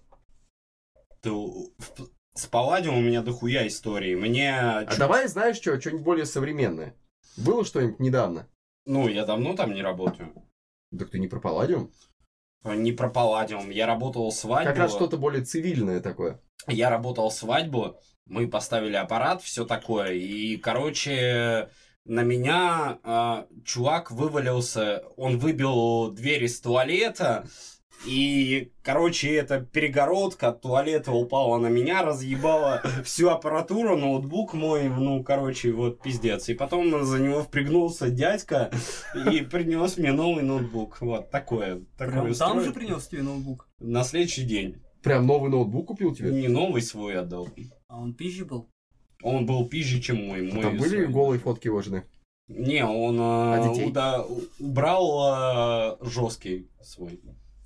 [SPEAKER 2] Ты у- в- С Палладиум у меня дохуя истории. Мне...
[SPEAKER 3] А
[SPEAKER 2] чуть-
[SPEAKER 3] давай, знаешь что, что-нибудь более современное. Было что-нибудь недавно?
[SPEAKER 2] Ну, я давно там не работаю.
[SPEAKER 3] Так ты не про Палладиум?
[SPEAKER 2] Не про Палладиум. Я работал свадьбу.
[SPEAKER 3] Как раз что-то более цивильное такое.
[SPEAKER 2] я работал свадьбу, мы поставили аппарат, все такое, и, короче, на меня а, чувак вывалился, он выбил дверь из туалета, и, короче, эта перегородка от туалета упала на меня, разъебала всю аппаратуру, ноутбук мой, ну, короче, вот пиздец. И потом за него впрягнулся дядька и принес мне новый ноутбук. Вот, такое. такое
[SPEAKER 1] Прям там же
[SPEAKER 2] устройство.
[SPEAKER 1] принес тебе ноутбук.
[SPEAKER 2] На следующий день.
[SPEAKER 3] Прям новый ноутбук купил тебе?
[SPEAKER 2] Не новый свой отдал.
[SPEAKER 1] А он пизжи был.
[SPEAKER 2] Он был пизже, чем мой. мой
[SPEAKER 3] Там были
[SPEAKER 2] свой.
[SPEAKER 3] голые фотки его жены?
[SPEAKER 2] Не, он э,
[SPEAKER 3] А детей?
[SPEAKER 2] уда- у- убрал э, жесткий свой.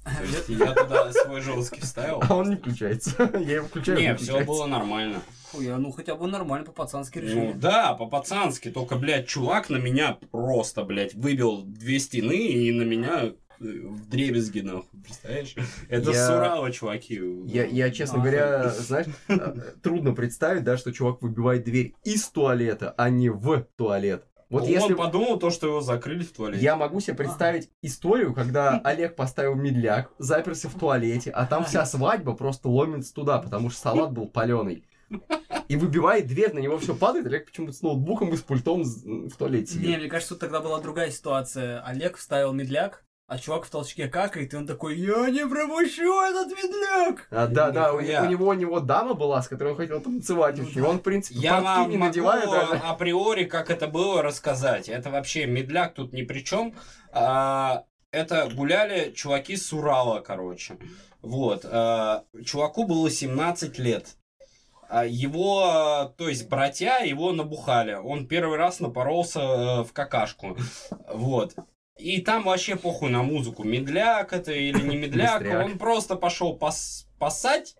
[SPEAKER 1] А,
[SPEAKER 2] То есть я туда свой жесткий вставил.
[SPEAKER 3] А он не включается. Я его включаю, он
[SPEAKER 2] Не,
[SPEAKER 3] не
[SPEAKER 2] все
[SPEAKER 3] включается.
[SPEAKER 2] было нормально.
[SPEAKER 1] Ой, а ну хотя бы нормально по-пацански
[SPEAKER 2] Ну
[SPEAKER 1] решили.
[SPEAKER 2] да, по-пацански, только, блядь, чувак на меня просто, блядь, выбил две стены и на меня э, в дребезги, нахуй, представляешь? Это
[SPEAKER 3] Я-
[SPEAKER 2] Сурава, чуваки.
[SPEAKER 3] Я, я, честно
[SPEAKER 1] А.
[SPEAKER 3] говоря, знаешь, э, трудно представить, да, что чувак выбивает дверь из туалета, а не в туалет. Вот
[SPEAKER 2] Ну, он
[SPEAKER 3] если
[SPEAKER 2] подумал то, что его закрыли в туалете.
[SPEAKER 3] я могу себе представить историю, когда Олег поставил медляк, заперся в туалете, а там вся свадьба просто ломится туда, потому что салат был паленый. И выбивает дверь, на него все падает, Олег почему-то с ноутбуком и с пультом з- в туалете
[SPEAKER 1] Не,
[SPEAKER 3] сидит.
[SPEAKER 1] мне кажется, тут тогда была другая ситуация. Олег вставил медляк, а чувак в толчке какает, и он такой, я не пропущу этот медляк!
[SPEAKER 3] А, да, да, у, у
[SPEAKER 2] Нихуя.
[SPEAKER 3] него у него дама была, с которой он хотел танцевать,
[SPEAKER 1] Ну
[SPEAKER 3] очень.
[SPEAKER 1] да.
[SPEAKER 3] он, в принципе,
[SPEAKER 2] Я
[SPEAKER 3] портки
[SPEAKER 2] вам
[SPEAKER 3] не
[SPEAKER 2] могу
[SPEAKER 3] надевает даже.
[SPEAKER 2] априори, как это было, рассказать. Это вообще медляк тут ни при чем. это гуляли чуваки с Урала, короче. Вот. а, чуваку было 17 лет. А его, а, то есть, братья его набухали. Он первый раз напоролся э, в какашку. Вот. И там вообще похуй на музыку. Медляк это или не медляк.
[SPEAKER 3] Быстряк.
[SPEAKER 2] Он просто пошел пас- пасать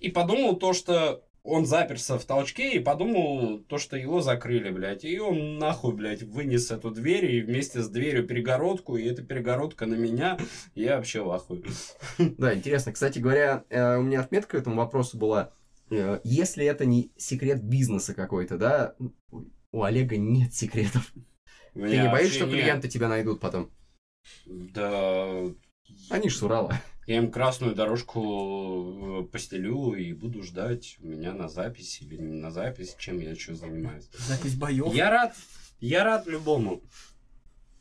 [SPEAKER 2] и подумал то, что он заперся в толчке и подумал то, что его закрыли, блядь. И он нахуй, блядь, вынес эту дверь и вместе с дверью перегородку. И эта перегородка на меня. Я вообще в ахуе.
[SPEAKER 3] Да, интересно. Кстати говоря, э, у меня отметка к этому вопросу была. э, Если это не секрет бизнеса какой-то, да, у Олега нет секретов.
[SPEAKER 2] У
[SPEAKER 3] Ты
[SPEAKER 2] меня
[SPEAKER 3] не боишься,
[SPEAKER 2] вообще
[SPEAKER 3] что
[SPEAKER 2] нет.
[SPEAKER 3] клиенты тебя найдут потом?
[SPEAKER 2] Да,
[SPEAKER 3] Они ж с Урала.
[SPEAKER 2] Я им красную дорожку э, постелю и буду ждать у меня на запись или не на запись, чем я что занимаюсь.
[SPEAKER 1] Запись боев.
[SPEAKER 2] Я рад, я рад любому.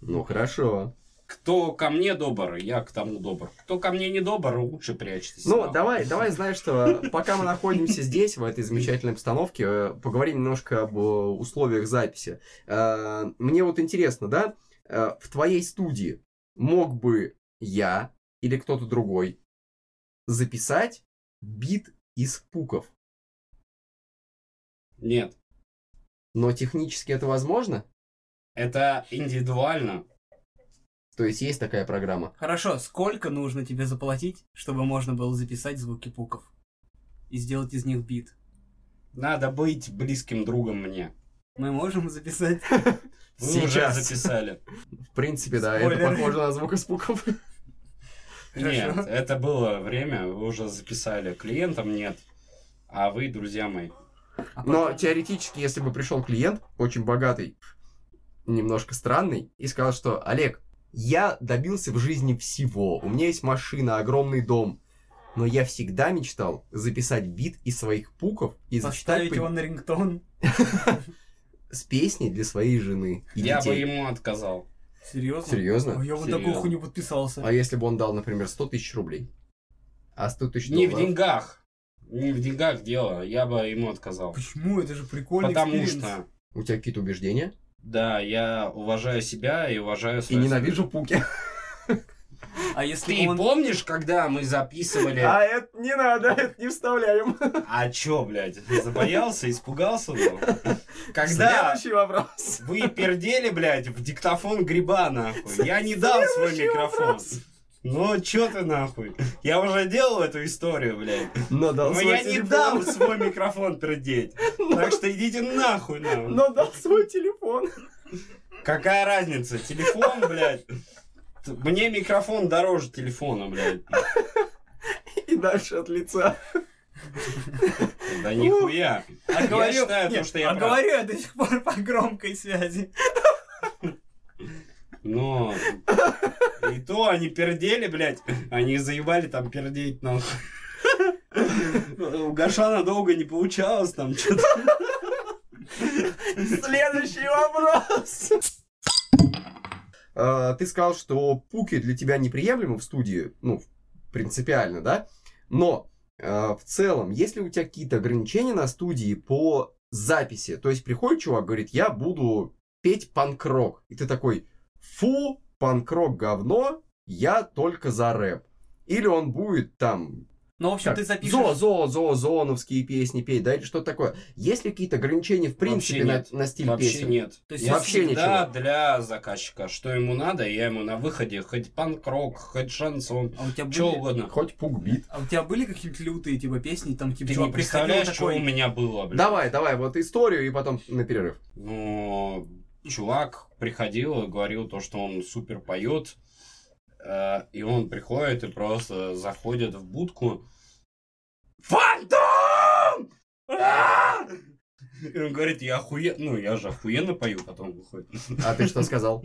[SPEAKER 3] Ну хорошо.
[SPEAKER 2] Кто ко мне добр, я к тому добр. Кто ко мне не добр, лучше прячьтесь.
[SPEAKER 3] Ну,
[SPEAKER 2] нахуй.
[SPEAKER 3] давай, давай, знаешь что, пока мы находимся здесь, в этой замечательной обстановке, э, поговорим немножко об э, условиях записи. Э, Мне вот интересно, да, э, в твоей студии мог бы я или кто-то другой записать бит из пуков?
[SPEAKER 2] Нет,
[SPEAKER 3] Но технически это возможно?
[SPEAKER 2] это индивидуально.
[SPEAKER 3] То есть есть такая программа?
[SPEAKER 1] Хорошо, сколько нужно тебе заплатить, чтобы можно было записать звуки пуков? И сделать из них бит.
[SPEAKER 2] Надо быть близким другом мне.
[SPEAKER 1] Мы можем записать?
[SPEAKER 2] Вы
[SPEAKER 3] Сейчас.
[SPEAKER 2] уже записали.
[SPEAKER 3] В принципе, да, это
[SPEAKER 1] Спойлеры.
[SPEAKER 3] похоже на звук из пуков.
[SPEAKER 2] Нет,
[SPEAKER 1] Хорошо.
[SPEAKER 2] это было время, вы уже записали. Клиентам нет. А вы, друзья мои,
[SPEAKER 1] А
[SPEAKER 3] Но
[SPEAKER 1] потом-
[SPEAKER 3] теоретически, если бы пришел клиент, очень богатый, немножко странный, и сказал, что «Олег, я добился в жизни всего. У меня есть машина, огромный дом. Но я всегда мечтал записать бит из своих пуков и зачитать
[SPEAKER 1] Поставить его
[SPEAKER 3] по-
[SPEAKER 1] на рингтон.
[SPEAKER 3] с песней для своей жены и
[SPEAKER 2] я бы
[SPEAKER 3] детей».
[SPEAKER 2] ему отказал.
[SPEAKER 1] Серьезно?
[SPEAKER 3] Серьезно?
[SPEAKER 1] А я вот
[SPEAKER 2] Серьезно.
[SPEAKER 1] такую хуйню подписался.
[SPEAKER 3] А если бы он дал, например, 100 тысяч рублей? А 100 тысяч
[SPEAKER 2] Не в
[SPEAKER 3] долларов?
[SPEAKER 2] деньгах. Не в деньгах дело. Я бы ему отказал.
[SPEAKER 1] Почему? Это же прикольный
[SPEAKER 2] Потому
[SPEAKER 1] экспириенс.
[SPEAKER 2] что,
[SPEAKER 3] У тебя какие-то убеждения?
[SPEAKER 2] да, я уважаю себя и уважаю
[SPEAKER 3] И
[SPEAKER 2] свою...
[SPEAKER 3] ненавижу пуки.
[SPEAKER 1] А если
[SPEAKER 2] Ты
[SPEAKER 1] он...
[SPEAKER 2] помнишь, когда мы записывали...
[SPEAKER 3] А это не надо, это не вставляем.
[SPEAKER 2] А чё, блядь?
[SPEAKER 5] Забоялся, испугался. ну.
[SPEAKER 2] Когда
[SPEAKER 3] Следующий вопрос.
[SPEAKER 2] вы пердели, блядь, в диктофон гриба, нахуй. Я не дал свой микрофон. Ну, чё ты нахуй? Я уже делал эту историю, блядь.
[SPEAKER 3] Но дал
[SPEAKER 2] Но
[SPEAKER 3] свой
[SPEAKER 2] я не
[SPEAKER 3] телефон.
[SPEAKER 2] дам свой микрофон пердеть. Так что идите нахуй, нахуй.
[SPEAKER 3] Но дал Ну свой телефон.
[SPEAKER 2] Какая разница? Телефон, блядь. Т- Мне микрофон дороже телефона, блядь.
[SPEAKER 3] И дальше от лица.
[SPEAKER 2] Да нихуя.
[SPEAKER 1] А говорю...
[SPEAKER 2] считаю, то,
[SPEAKER 1] Нет,
[SPEAKER 2] что я
[SPEAKER 1] а
[SPEAKER 2] прав.
[SPEAKER 1] говорю я до сих пор по громкой связи.
[SPEAKER 2] Но... И то они пердели, блядь. Они заебали там пердеть, нахуй. У Гашана долго не получалось там что-то.
[SPEAKER 3] Следующий вопрос. А, Ты сказал, что пуки для тебя неприемлемы в студии, ну, принципиально, да? Но а, в целом, есть ли у тебя какие-то ограничения на студии по записи? То есть приходит чувак, говорит, я буду петь панк-рок. И ты такой, фу, панк-рок говно, я только за рэп. Или он будет там
[SPEAKER 1] Ну, в общем,
[SPEAKER 3] как,
[SPEAKER 1] ты запишешь...
[SPEAKER 3] зо, зо, зо, зооновские песни петь, да, или что такое. Есть ли какие-то ограничения в принципе на,
[SPEAKER 2] нет.
[SPEAKER 3] на стиль
[SPEAKER 2] Вообще
[SPEAKER 3] песен?
[SPEAKER 2] нет.
[SPEAKER 1] Типа То есть
[SPEAKER 2] Я
[SPEAKER 3] вообще
[SPEAKER 2] всегда для заказчика. Что ему надо, я ему на выходе хоть панк-рок, хоть шансон,
[SPEAKER 1] А у тебя
[SPEAKER 2] что
[SPEAKER 1] были...
[SPEAKER 2] угодно.
[SPEAKER 3] Хоть пук-бит.
[SPEAKER 1] А у тебя были какие-нибудь лютые, типа, песни, там, типа,
[SPEAKER 2] Ты не
[SPEAKER 1] чувак приходил
[SPEAKER 2] представляешь, что
[SPEAKER 1] такой,
[SPEAKER 2] у меня было, блядь.
[SPEAKER 3] Давай, давай, вот историю и потом на перерыв.
[SPEAKER 2] Но чувак приходил и говорил то, что он супер поет. э, И он приходит и просто заходит в будку. Фантом! А! И он говорит, я охуенно, ну я же охуенно пою, потом выходит.
[SPEAKER 3] А ты что сказал?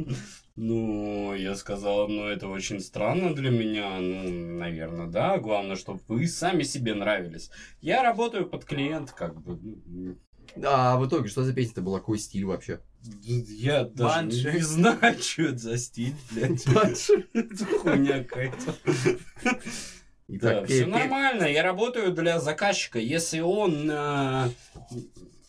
[SPEAKER 2] Ну, я сказал, ну это очень странно для меня, ну, наверное, да, главное, чтобы вы сами себе нравились. Я работаю под клиент, как бы, ну,
[SPEAKER 3] А в итоге, что за песня-то была? Какой стиль вообще?
[SPEAKER 2] Я даже
[SPEAKER 1] Банши.
[SPEAKER 2] не знаю, что это за стиль, блядь. Это хуйня какая-то.
[SPEAKER 3] И
[SPEAKER 2] Да,
[SPEAKER 3] так,
[SPEAKER 2] все
[SPEAKER 3] пе- пе-
[SPEAKER 2] нормально, я работаю для заказчика. Если он... э,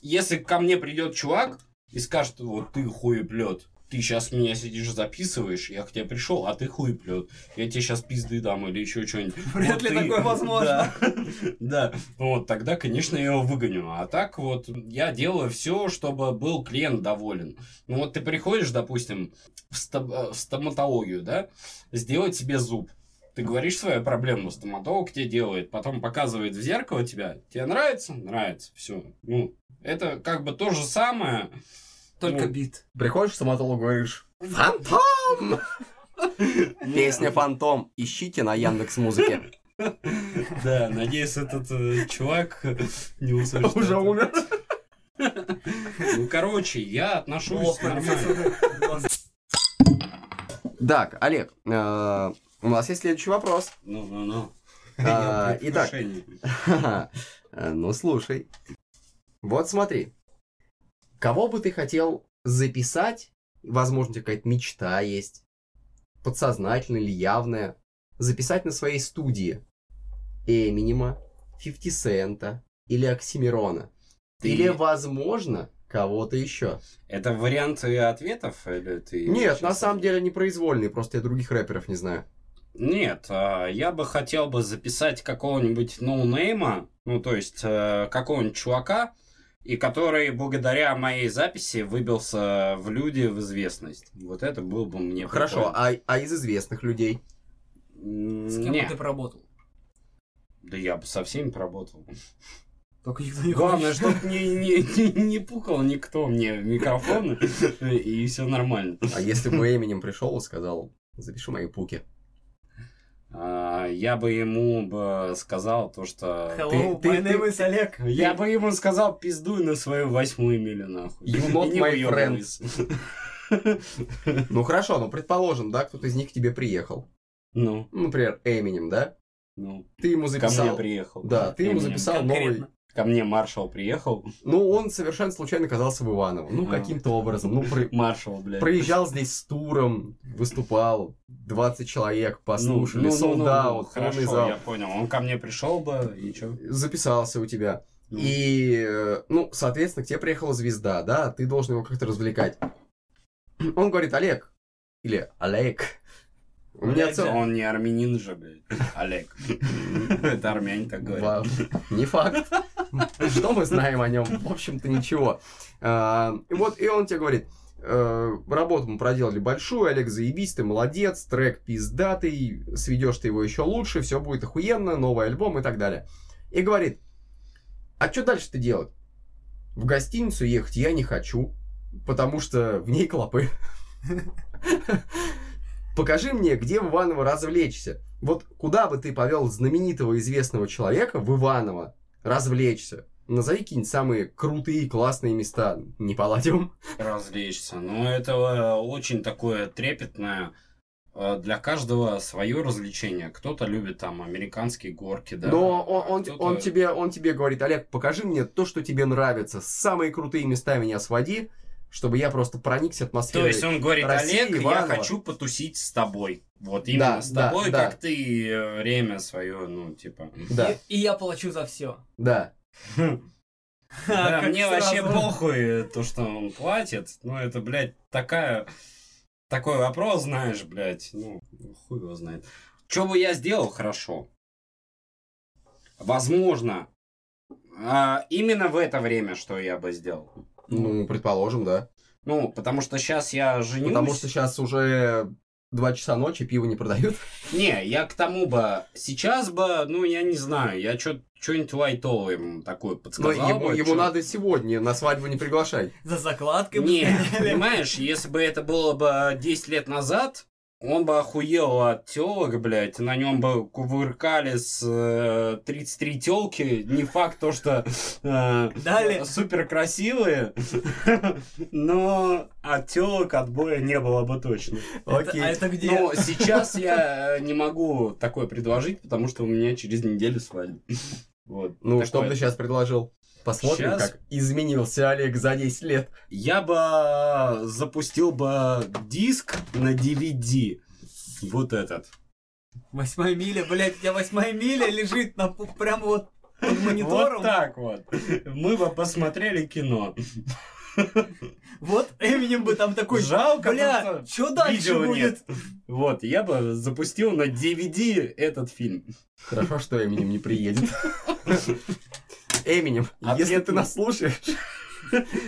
[SPEAKER 2] Если ко мне придет чувак и скажет, вот ты хуеплет, ты сейчас меня сидишь записываешь, я к тебе пришел, а ты хуеплет. Я тебе сейчас пизды дам или еще что-нибудь.
[SPEAKER 1] Вряд
[SPEAKER 2] Вот
[SPEAKER 1] ли
[SPEAKER 2] ты-
[SPEAKER 1] такое возможно.
[SPEAKER 2] Да, Да. вот тогда, конечно, я его выгоню. А так вот я делаю все, чтобы был клиент доволен. Ну вот ты приходишь, допустим, в, ста- э, в стоматологию, да, сделать себе зуб. Ты говоришь свою проблему, стоматолог тебе делает, потом показывает в зеркало тебя. Тебе нравится? Нравится. Все. Ну, это как бы то же самое.
[SPEAKER 1] Только
[SPEAKER 2] Ну,
[SPEAKER 1] бит.
[SPEAKER 3] Приходишь к стоматологу, говоришь, фантом! Песня «Фантом». Ищите на Яндекс Музыке.
[SPEAKER 2] Ну, Да, надеюсь, этот э, чувак не услышит.
[SPEAKER 3] Уже
[SPEAKER 2] это.
[SPEAKER 3] умер.
[SPEAKER 2] Ну, короче, я отношусь нормально.
[SPEAKER 3] Так, Олег, э, у нас есть следующий вопрос.
[SPEAKER 2] Ну, ну, ну.
[SPEAKER 3] А,
[SPEAKER 2] Я при
[SPEAKER 3] итак.
[SPEAKER 2] отношении.
[SPEAKER 3] Ха-ха. Э, Ну, слушай. Вот смотри. Кого бы ты хотел записать? Возможно, у тебя какая-то мечта есть. Подсознательная или явная. Записать на своей студии. Эминема, 50 Сента или Оксимирона.
[SPEAKER 2] Ты-
[SPEAKER 3] Или, возможно, кого-то еще.
[SPEAKER 2] Это варианты ответов? Или ты
[SPEAKER 3] Нет,
[SPEAKER 2] сейчас-
[SPEAKER 3] на самом деле они произвольные, просто я других рэперов не знаю.
[SPEAKER 2] Нет, а, я бы хотел бы записать какого-нибудь ноунейма, ну, то есть э, какого-нибудь чувака, и который благодаря моей записи выбился в люди в известность. Вот это было бы мне
[SPEAKER 3] Хорошо,
[SPEAKER 2] прикольно.
[SPEAKER 3] а, а из известных людей?
[SPEAKER 2] М,
[SPEAKER 1] С кем бы
[SPEAKER 2] не,
[SPEAKER 1] ты поработал?
[SPEAKER 2] да я бы со всеми поработал.
[SPEAKER 1] Только никто не
[SPEAKER 2] Главное,
[SPEAKER 1] хочет.
[SPEAKER 2] чтобы не, не, не, не пукал никто мне в микрофон, и все нормально.
[SPEAKER 3] А если бы Эминем пришел и сказал, запиши мои пуки.
[SPEAKER 2] А, Я бы ему бы сказал то, что...
[SPEAKER 1] Hello,
[SPEAKER 3] Ты-
[SPEAKER 1] my
[SPEAKER 3] ты-
[SPEAKER 1] name is Олег.
[SPEAKER 2] Я бы ему сказал, пиздуй на свою восьмую милю, нахуй.
[SPEAKER 3] You not
[SPEAKER 2] И не
[SPEAKER 3] my
[SPEAKER 2] выёбывайся.
[SPEAKER 3] Ну хорошо, ну предположим, да, кто-то из них к тебе приехал.
[SPEAKER 2] Ну,
[SPEAKER 3] Ну, Например, Эминем, да?
[SPEAKER 2] ну,
[SPEAKER 3] Ты ему
[SPEAKER 2] ко мне
[SPEAKER 3] записал...
[SPEAKER 2] приехал.
[SPEAKER 3] Да, ты ему
[SPEAKER 2] Эминем.
[SPEAKER 3] записал новый...
[SPEAKER 1] Конкретно.
[SPEAKER 2] Ко мне маршал приехал.
[SPEAKER 3] Ну, он совершенно случайно оказался в Иваново. Ну,
[SPEAKER 2] А.
[SPEAKER 3] каким-то образом. Ну, про-
[SPEAKER 2] Маршал, блядь. Ну,
[SPEAKER 3] проезжал здесь с туром, выступал, 20 человек послушали,
[SPEAKER 2] Ну, ну, ну, ну, ну,
[SPEAKER 3] солдат, полный
[SPEAKER 2] Хорошо,
[SPEAKER 3] зал.
[SPEAKER 2] я понял. Он ко мне пришел бы, и чё?
[SPEAKER 3] Записался у тебя.
[SPEAKER 2] Ну.
[SPEAKER 3] И, э, ну, соответственно, к тебе приехала звезда, да? Ты должен его как-то развлекать. Он говорит, Олег, или Олег, У меня
[SPEAKER 1] Блядь,
[SPEAKER 3] цел-
[SPEAKER 2] Он не армянин же, блядь. Олег. Это армяне так
[SPEAKER 3] Ва-
[SPEAKER 2] говорят.
[SPEAKER 3] Не факт. Что мы знаем о нем? В общем-то, ничего. А, И вот, и он тебе говорит, э, работу мы проделали большую, Олег, заебись, ты молодец, трек пиздатый, сведешь ты его еще лучше, все будет охуенно, новый альбом и так далее. И говорит, а что дальше-то делать? В гостиницу ехать я не хочу, потому что в ней клопы. Покажи мне, где в Иваново развлечься. Вот куда бы ты повел знаменитого известного человека в Иваново развлечься? Назови какие-нибудь самые крутые, классные места. Не Палладиум.
[SPEAKER 2] Развлечься. Но это э, очень такое трепетное. э, Для каждого свое развлечение. Кто-то любит там американские горки, да.
[SPEAKER 3] Но он, он,
[SPEAKER 2] а
[SPEAKER 3] он
[SPEAKER 2] кто-то-
[SPEAKER 3] тебе, он тебе говорит, Олег, покажи мне то, что тебе нравится. Самые крутые места меня своди, чтобы я просто проникся атмосферой.
[SPEAKER 2] То есть он говорит,
[SPEAKER 3] Россия,
[SPEAKER 2] Олег, я
[SPEAKER 3] Иваново».
[SPEAKER 2] хочу потусить с тобой. Вот именно
[SPEAKER 3] Да,
[SPEAKER 2] с
[SPEAKER 3] да,
[SPEAKER 2] тобой,
[SPEAKER 3] да.
[SPEAKER 2] как ты э, время свое, ну, типа.
[SPEAKER 3] Да,
[SPEAKER 1] И, и я плачу за все.
[SPEAKER 3] да.
[SPEAKER 2] Да, мне вообще похуй э, то, что он платит. Ну, это, блядь, такая... Такой вопрос, знаешь, блядь. Ну, хуй его знает. Что бы я сделал хорошо? Возможно. а, именно в это время, что я бы сделал.
[SPEAKER 3] Ну, предположим, да.
[SPEAKER 2] Ну, потому что сейчас я женюсь.
[SPEAKER 3] Потому что сейчас уже 2 часа ночи, пиво не продают.
[SPEAKER 2] Не, я к тому бы... Сейчас бы, ну, я не знаю. Я что-нибудь лайтовое ему такое
[SPEAKER 3] Но
[SPEAKER 2] подсказал
[SPEAKER 3] Ну, ему,
[SPEAKER 2] бы,
[SPEAKER 3] ему
[SPEAKER 2] чё-
[SPEAKER 3] надо сегодня, на свадьбу не приглашай.
[SPEAKER 1] За закладкой.
[SPEAKER 2] Не,
[SPEAKER 1] блядь.
[SPEAKER 2] понимаешь, если бы это было бы 10 лет назад, он бы охуел от телок, блядь, на нем бы кувыркали с э, 33 телки. Не факт то, что э,
[SPEAKER 1] Далее.
[SPEAKER 2] супер красивые, но от телок отбоя не было бы точно.
[SPEAKER 1] Это-
[SPEAKER 3] Окей.
[SPEAKER 1] а это где?
[SPEAKER 2] Но сейчас я э, не могу такое предложить, потому что у меня через неделю свадьба. Вот.
[SPEAKER 3] Ну,
[SPEAKER 2] такое.
[SPEAKER 3] что бы ты сейчас предложил? Посмотрим,
[SPEAKER 2] Щас.
[SPEAKER 3] как изменился Олег за 10 лет.
[SPEAKER 2] Я бы э, запустил бы диск на DVD. Вот этот.
[SPEAKER 1] Восьмая миля, блядь, у тебя восьмая миля лежит на, пу- прямо вот под
[SPEAKER 2] Вот
[SPEAKER 1] монитором.
[SPEAKER 2] так вот. Мы бы посмотрели кино.
[SPEAKER 1] Вот Эминем бы там такой,
[SPEAKER 2] Жалко,
[SPEAKER 1] бля,
[SPEAKER 2] просто
[SPEAKER 1] что дальше
[SPEAKER 2] видео
[SPEAKER 1] будет?
[SPEAKER 2] нет. Вот, я бы запустил на DVD этот фильм.
[SPEAKER 3] Хорошо, что Эминем не приедет. Эминем,
[SPEAKER 2] Ответ
[SPEAKER 3] если ты
[SPEAKER 2] нет.
[SPEAKER 3] нас слушаешь,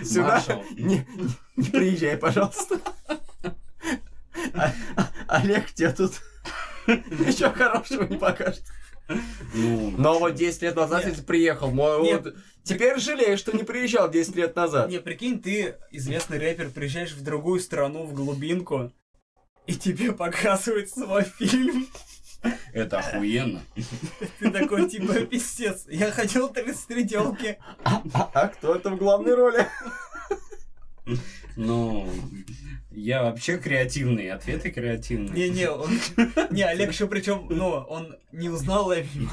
[SPEAKER 3] сюда
[SPEAKER 2] Маршал.
[SPEAKER 3] не, не приезжай, пожалуйста. А- а- Олег тебе тут ничего хорошего не покажет.
[SPEAKER 2] Ну,
[SPEAKER 3] Но вот 10 лет назад
[SPEAKER 1] Нет.
[SPEAKER 3] если приехал. мой
[SPEAKER 1] Нет.
[SPEAKER 3] вот- Теперь жалею, что не приезжал 10 лет назад.
[SPEAKER 1] Не, прикинь, ты известный рэпер, приезжаешь в другую страну, в глубинку, и тебе показывают свой фильм.
[SPEAKER 2] это охуенно.
[SPEAKER 1] Ты такой, типа, пиздец, я хотел 33 телки.
[SPEAKER 3] А, а кто это в главной роли?
[SPEAKER 2] Ну, я вообще креативный, ответы креативные.
[SPEAKER 1] Не-не, он... Не, Олег еще причем, ну, он не узнал Эминема.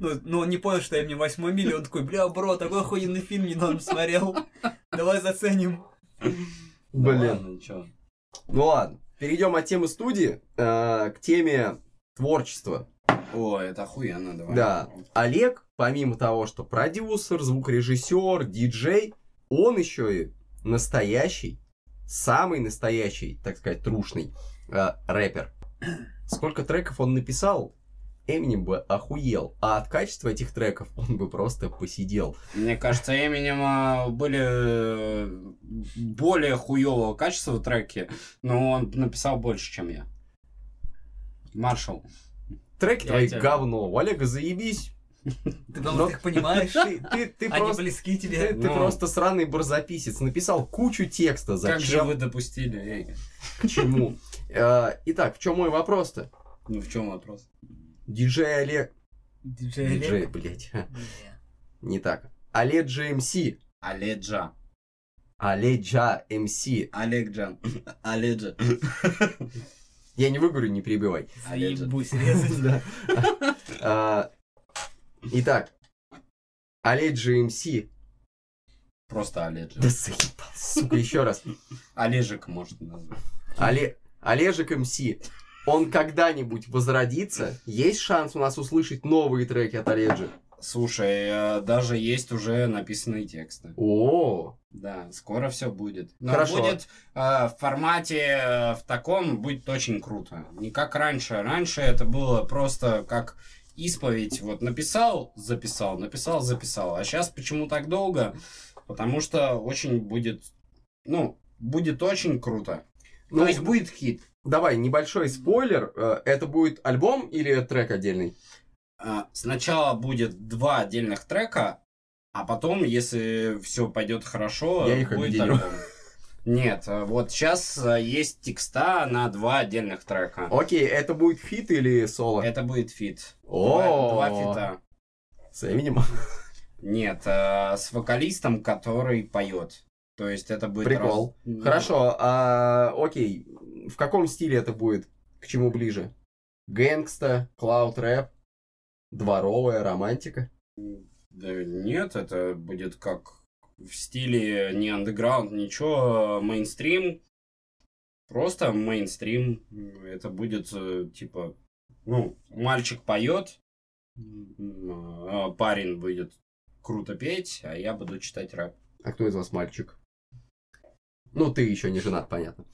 [SPEAKER 1] Ну, ну, он не понял, что я мне восьмой мили, он такой, бля, бро, такой охуенный фильм недавно смотрел. Давай заценим.
[SPEAKER 2] Ну
[SPEAKER 3] Блин.
[SPEAKER 2] ладно, чё.
[SPEAKER 3] Ну ладно, перейдем от темы студии э, к теме творчества.
[SPEAKER 2] О, это охуенно, давай.
[SPEAKER 3] Да, Олег, помимо того, что продюсер, звукорежиссер, диджей, он еще и настоящий, самый настоящий, так сказать, трушный э, рэпер. Сколько треков он написал, Эминем бы охуел, а от качества этих треков он бы просто посидел.
[SPEAKER 2] Мне кажется, Эминема были э, более хуевого качества треки, но он написал больше, чем я. Маршал.
[SPEAKER 3] Треки
[SPEAKER 2] Я
[SPEAKER 3] твои
[SPEAKER 2] тебя-
[SPEAKER 3] говно, у Олега заебись.
[SPEAKER 1] Ты потому что их понимаешь,
[SPEAKER 3] Ты, ты, ты
[SPEAKER 1] они
[SPEAKER 3] просто...
[SPEAKER 1] близки
[SPEAKER 3] Ты,
[SPEAKER 1] тебе.
[SPEAKER 3] ты
[SPEAKER 2] Ну.
[SPEAKER 3] просто сраный барзаписец, написал кучу текста. Зачем?
[SPEAKER 2] Как же вы допустили? Эй,
[SPEAKER 3] К чему? Э, Итак, в чем мой вопрос-то?
[SPEAKER 2] ну в чем вопрос?
[SPEAKER 3] Диджей Олег...
[SPEAKER 1] Диджей
[SPEAKER 3] Диджей,
[SPEAKER 1] Олег.
[SPEAKER 3] блядь.
[SPEAKER 1] Бля.
[SPEAKER 3] Не так. Эм Олег GMC.
[SPEAKER 2] Оледжа.
[SPEAKER 3] Оледжа МС.
[SPEAKER 2] Олегджан. Оледжа.
[SPEAKER 3] Я не выговорю, не перебивай.
[SPEAKER 2] Оледжа.
[SPEAKER 1] Заебусь резать.
[SPEAKER 3] Да. А, Итак. Олег GMC.
[SPEAKER 2] Просто Оледжа.
[SPEAKER 3] Да заебал, сука, еще раз.
[SPEAKER 2] Олежек можно назвать.
[SPEAKER 3] Оле... Олежек Эм МС. Он когда-нибудь возродится? Есть шанс у нас услышать новые треки от Оледжи?
[SPEAKER 2] Слушай, э, даже есть уже написанные тексты.
[SPEAKER 3] О,
[SPEAKER 2] Да, скоро все будет. Но
[SPEAKER 3] Хорошо.
[SPEAKER 2] будет э, в формате э, в таком будет очень круто. Не как раньше. Раньше это было просто как исповедь. Вот написал, записал, написал, записал. А сейчас почему так долго? Потому что очень будет, ну, будет очень круто.
[SPEAKER 3] Ну,
[SPEAKER 2] То есть будет хит.
[SPEAKER 3] давай, небольшой спойлер. э, Это будет альбом или трек отдельный?
[SPEAKER 2] А, Сначала будет два отдельных трека, а потом, если все пойдет хорошо,
[SPEAKER 3] Я их
[SPEAKER 2] Э, будет
[SPEAKER 3] объединю.
[SPEAKER 2] альбом. Нет, а, вот сейчас есть текста на два отдельных трека.
[SPEAKER 3] Окей, это будет фит или соло?
[SPEAKER 2] Это будет фит. Два,
[SPEAKER 3] О,
[SPEAKER 2] два фита.
[SPEAKER 3] С Эминемом.
[SPEAKER 2] Нет, а, с вокалистом, который поет. То есть это будет
[SPEAKER 3] Прикол.
[SPEAKER 2] раз- ну,
[SPEAKER 3] Хорошо, а, окей. В каком стиле это будет? К чему ближе? Гэнгста, клауд рэп, дворовая романтика.
[SPEAKER 2] да Э, нет, это будет как в стиле не андеграунд, ничего, а, мейнстрим. Просто мейнстрим. Это будет э, типа, ну, мальчик поет, а, парень будет круто петь, а я буду читать рэп.
[SPEAKER 3] А кто из вас мальчик? Ну, ты еще не женат, понятно.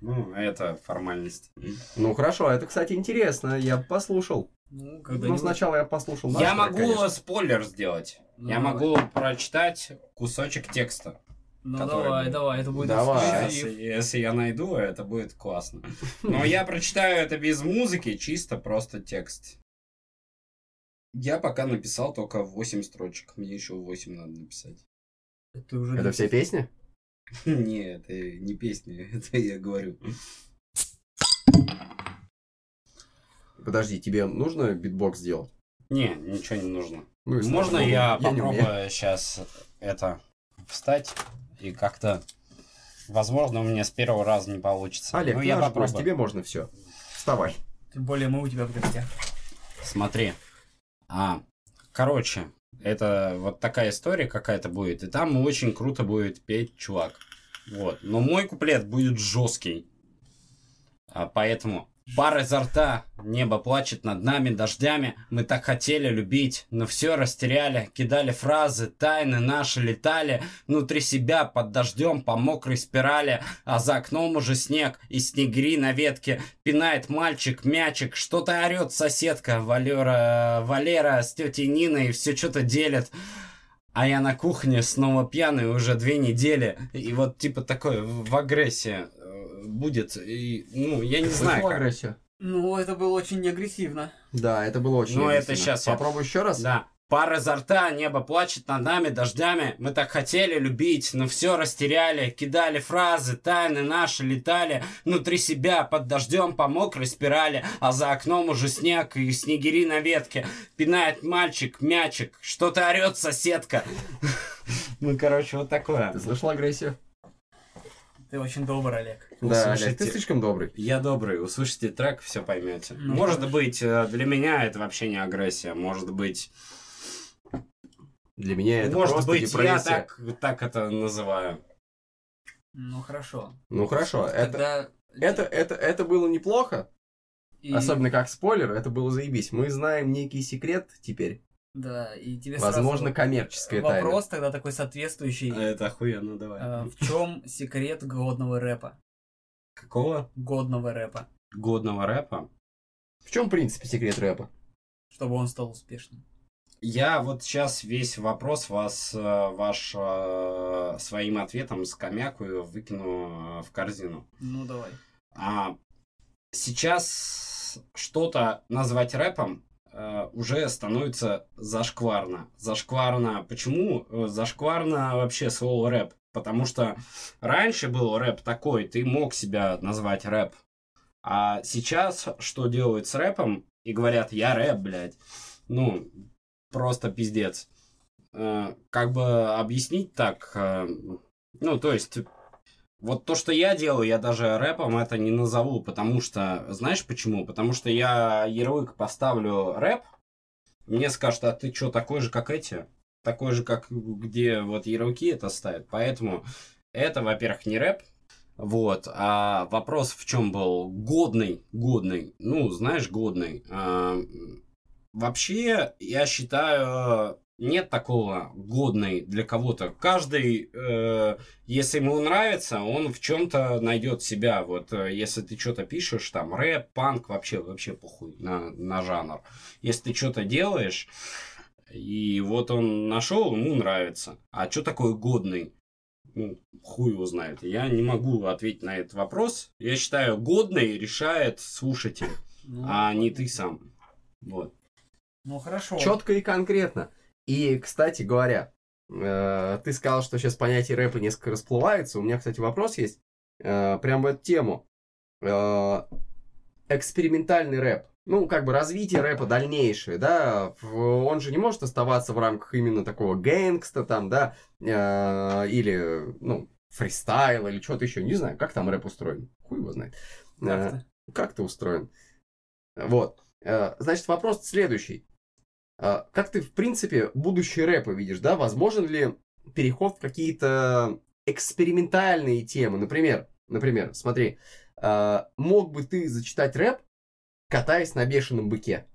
[SPEAKER 2] Ну, это формальность.
[SPEAKER 3] Ну, хорошо, это, кстати, интересно. Я бы послушал.
[SPEAKER 1] Ну,
[SPEAKER 3] Ну,
[SPEAKER 1] когда-нибудь.
[SPEAKER 3] сначала я послушал. наш
[SPEAKER 2] Я
[SPEAKER 3] трек,
[SPEAKER 2] могу
[SPEAKER 3] конечно.
[SPEAKER 2] спойлер сделать.
[SPEAKER 1] Ну,
[SPEAKER 2] я
[SPEAKER 1] давай.
[SPEAKER 2] могу прочитать кусочек текста.
[SPEAKER 1] Ну
[SPEAKER 2] который
[SPEAKER 1] давай,
[SPEAKER 2] будет.
[SPEAKER 1] давай, это будет
[SPEAKER 3] Давай.
[SPEAKER 2] Сейчас,
[SPEAKER 1] эксклюзив.
[SPEAKER 2] если я найду, это будет классно. Но я прочитаю это без музыки, чисто просто текст. Я пока написал только 8 строчек. Мне еще 8 надо написать.
[SPEAKER 1] Это уже
[SPEAKER 3] Это все песни?
[SPEAKER 2] Нет, это не песни, это я говорю.
[SPEAKER 3] Подожди, тебе нужно битбокс сделать?
[SPEAKER 2] Не, ничего не нужно.
[SPEAKER 3] Ну, и слава
[SPEAKER 2] Можно
[SPEAKER 3] богу,
[SPEAKER 2] я
[SPEAKER 3] не умею.
[SPEAKER 2] попробую сейчас это встать и как-то... Возможно, у меня с первого раза не получится.
[SPEAKER 3] Олег,
[SPEAKER 2] Ну,
[SPEAKER 3] ты
[SPEAKER 2] я
[SPEAKER 3] наш гость,
[SPEAKER 2] попробую.
[SPEAKER 3] тебе можно все. Вставай.
[SPEAKER 1] Тем более мы у тебя в гостях.
[SPEAKER 2] Смотри. А, короче, это вот такая история какая-то будет. И там очень круто будет петь чувак. Вот. Но мой куплет будет жесткий. А, поэтому пар изо рта, небо плачет над нами дождями. Мы так хотели любить, но все растеряли. Кидали фразы, тайны наши летали. Внутри себя под дождем по мокрой спирали. А за окном уже снег и снегри на ветке. Пинает мальчик мячик, что-то орет соседка Валера, Валера с тетей Ниной, все что-то делят. А я на кухне снова пьяный уже две недели. И вот типа такое в в агрессии э, будет. И, ну, я не знаю.
[SPEAKER 3] Слышал
[SPEAKER 2] как.
[SPEAKER 3] агрессию?
[SPEAKER 1] Ну, это было очень неагрессивно.
[SPEAKER 3] Да, это было очень
[SPEAKER 2] Ну, это
[SPEAKER 3] агрессивно.
[SPEAKER 2] щас я-
[SPEAKER 3] Попробуй еще раз.
[SPEAKER 2] Да. Пар изо рта, небо плачет над нами дождями. Мы так хотели любить, но все растеряли. Кидали фразы, тайны наши летали. Внутри себя под дождем по мокрой спирали. А за окном уже снег и снегири на ветке. Пинает мальчик мячик. Что-то орет соседка. Ну, короче, вот такое.
[SPEAKER 3] Ты слышал агрессию?
[SPEAKER 1] Ты очень добр, Олег.
[SPEAKER 3] Да,
[SPEAKER 2] Ну, слушайте.
[SPEAKER 3] Олег, ты слишком добрый.
[SPEAKER 2] Я добрый, услышите трек, все поймете.
[SPEAKER 1] Ну,
[SPEAKER 2] Может
[SPEAKER 1] хорошо.
[SPEAKER 2] быть, э, для меня это вообще не агрессия. Может быть,
[SPEAKER 3] Для меня это
[SPEAKER 2] может
[SPEAKER 3] просто
[SPEAKER 2] быть, я
[SPEAKER 3] депрессия.
[SPEAKER 2] так, так это называю.
[SPEAKER 1] Ну хорошо.
[SPEAKER 3] Ну хорошо, это,
[SPEAKER 1] Тогда...
[SPEAKER 3] это, это, это было неплохо,
[SPEAKER 1] и-
[SPEAKER 3] особенно как спойлер, это было заебись. Мы знаем некий секрет теперь,
[SPEAKER 1] Да, и тебе сразу
[SPEAKER 3] возможно, коммерческая тайна.
[SPEAKER 1] Вопрос тогда такой соответствующий.
[SPEAKER 2] А Это охуенно, давай.
[SPEAKER 1] Э, В чем секрет годного рэпа?
[SPEAKER 2] Какого
[SPEAKER 1] Годного рэпа.
[SPEAKER 2] годного рэпа?
[SPEAKER 3] В чем, в принципе, секрет рэпа?
[SPEAKER 1] Чтобы он стал успешным.
[SPEAKER 2] Я вот сейчас весь вопрос вас, э, ваш э, своим ответом скомякую, выкину э, в корзину.
[SPEAKER 1] Ну давай.
[SPEAKER 2] А сейчас что-то назвать рэпом э, уже становится зашкварно. Зашкварно. Почему э, зашкварно вообще слово рэп? Потому что раньше был рэп такой, ты мог себя назвать рэп. А сейчас что делают с рэпом? И говорят, я рэп, блядь. Ну, просто пиздец. Э, Как бы объяснить так? э, Ну, то есть, вот то, что я делаю, я даже рэпом это не назову, потому что, знаешь почему? Потому что я ярлык поставлю рэп, мне скажут, а ты что, такой же, как эти? Такой же, как где вот ярлыки это ставят. Поэтому это, во-первых, не рэп. Вот, а вопрос в чем был? Годный, годный. Ну, знаешь, годный. А, Вообще, я считаю, э, нет такого годной для кого-то. Каждый, э, если ему нравится, он в чем-то найдет себя. Вот э, если ты что-то пишешь, там рэп, панк, вообще, вообще похуй на, на жанр. Если ты что-то делаешь, и вот он нашел, ему нравится. А что такое годный? Ну, хуй его знает. Я не могу ответить на этот вопрос. Я считаю, годный решает слушатель,
[SPEAKER 1] Ну,
[SPEAKER 2] а не ты сам. Вот.
[SPEAKER 1] ну, хорошо.
[SPEAKER 3] Четко и конкретно. И, кстати говоря, э, ты сказал, что сейчас понятие рэпа несколько расплывается. У меня, кстати, вопрос есть э, прямо в эту тему. Э, экспериментальный рэп. Ну, как бы развитие рэпа дальнейшее, да, в- он же не может оставаться в рамках именно такого гэнгста там, да, э, или, ну, фристайл или что-то еще, не знаю, как там рэп устроен, хуй его знает. Э,
[SPEAKER 1] Как-то.
[SPEAKER 3] как ты устроен. Вот. Э, Значит, вопрос следующий. Э, Как ты, в принципе, будущее рэпа видишь, да? Возможен ли переход в какие-то экспериментальные темы? Например, например, смотри, э, мог бы ты зачитать рэп, катаясь на бешеном быке?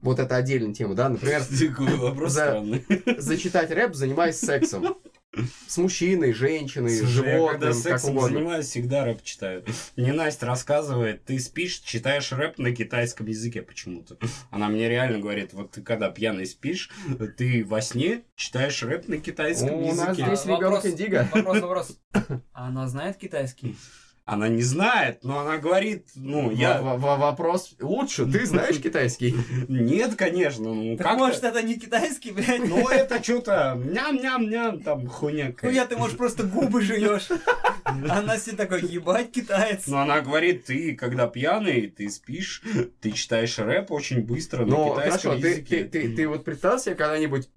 [SPEAKER 3] Вот это отдельная тема, да? Например,
[SPEAKER 2] Такой вопрос
[SPEAKER 3] Да.
[SPEAKER 2] странный.
[SPEAKER 3] зачитать рэп, занимаясь сексом. С мужчиной, женщиной,
[SPEAKER 2] Слушай, я когда
[SPEAKER 3] животным, как
[SPEAKER 2] сексом
[SPEAKER 3] угодно.
[SPEAKER 2] занимаюсь, всегда рэп читаю. Мне Настя рассказывает, ты спишь, читаешь рэп на китайском языке почему-то. Она мне реально говорит, вот ты когда пьяный спишь, ты во сне читаешь рэп на китайском
[SPEAKER 3] У нас
[SPEAKER 2] языке.
[SPEAKER 3] здесь Ребенок Индиго.
[SPEAKER 6] вопрос, вопрос.
[SPEAKER 1] А она знает китайский?
[SPEAKER 2] Она не знает, но она говорит, ну, я...
[SPEAKER 3] Во- во- Вопрос лучше. Ты знаешь китайский?
[SPEAKER 2] Нет, конечно, ну,
[SPEAKER 1] Так
[SPEAKER 2] как-то-
[SPEAKER 1] может это не китайский, блядь?
[SPEAKER 2] Ну, это что-то ням-ням-ням, там, хуйня
[SPEAKER 1] Ну
[SPEAKER 2] какая-то.
[SPEAKER 1] я ты, может, просто губы жуешь. А Настя такой, ебать, китаец.
[SPEAKER 3] Ну,
[SPEAKER 2] Но она говорит, ты, когда пьяный, ты спишь, ты читаешь рэп очень быстро
[SPEAKER 3] Ну,
[SPEAKER 2] на китайском
[SPEAKER 3] хорошо, ты,
[SPEAKER 2] языке.
[SPEAKER 3] ты, ты, ты вот представь себе когда-нибудь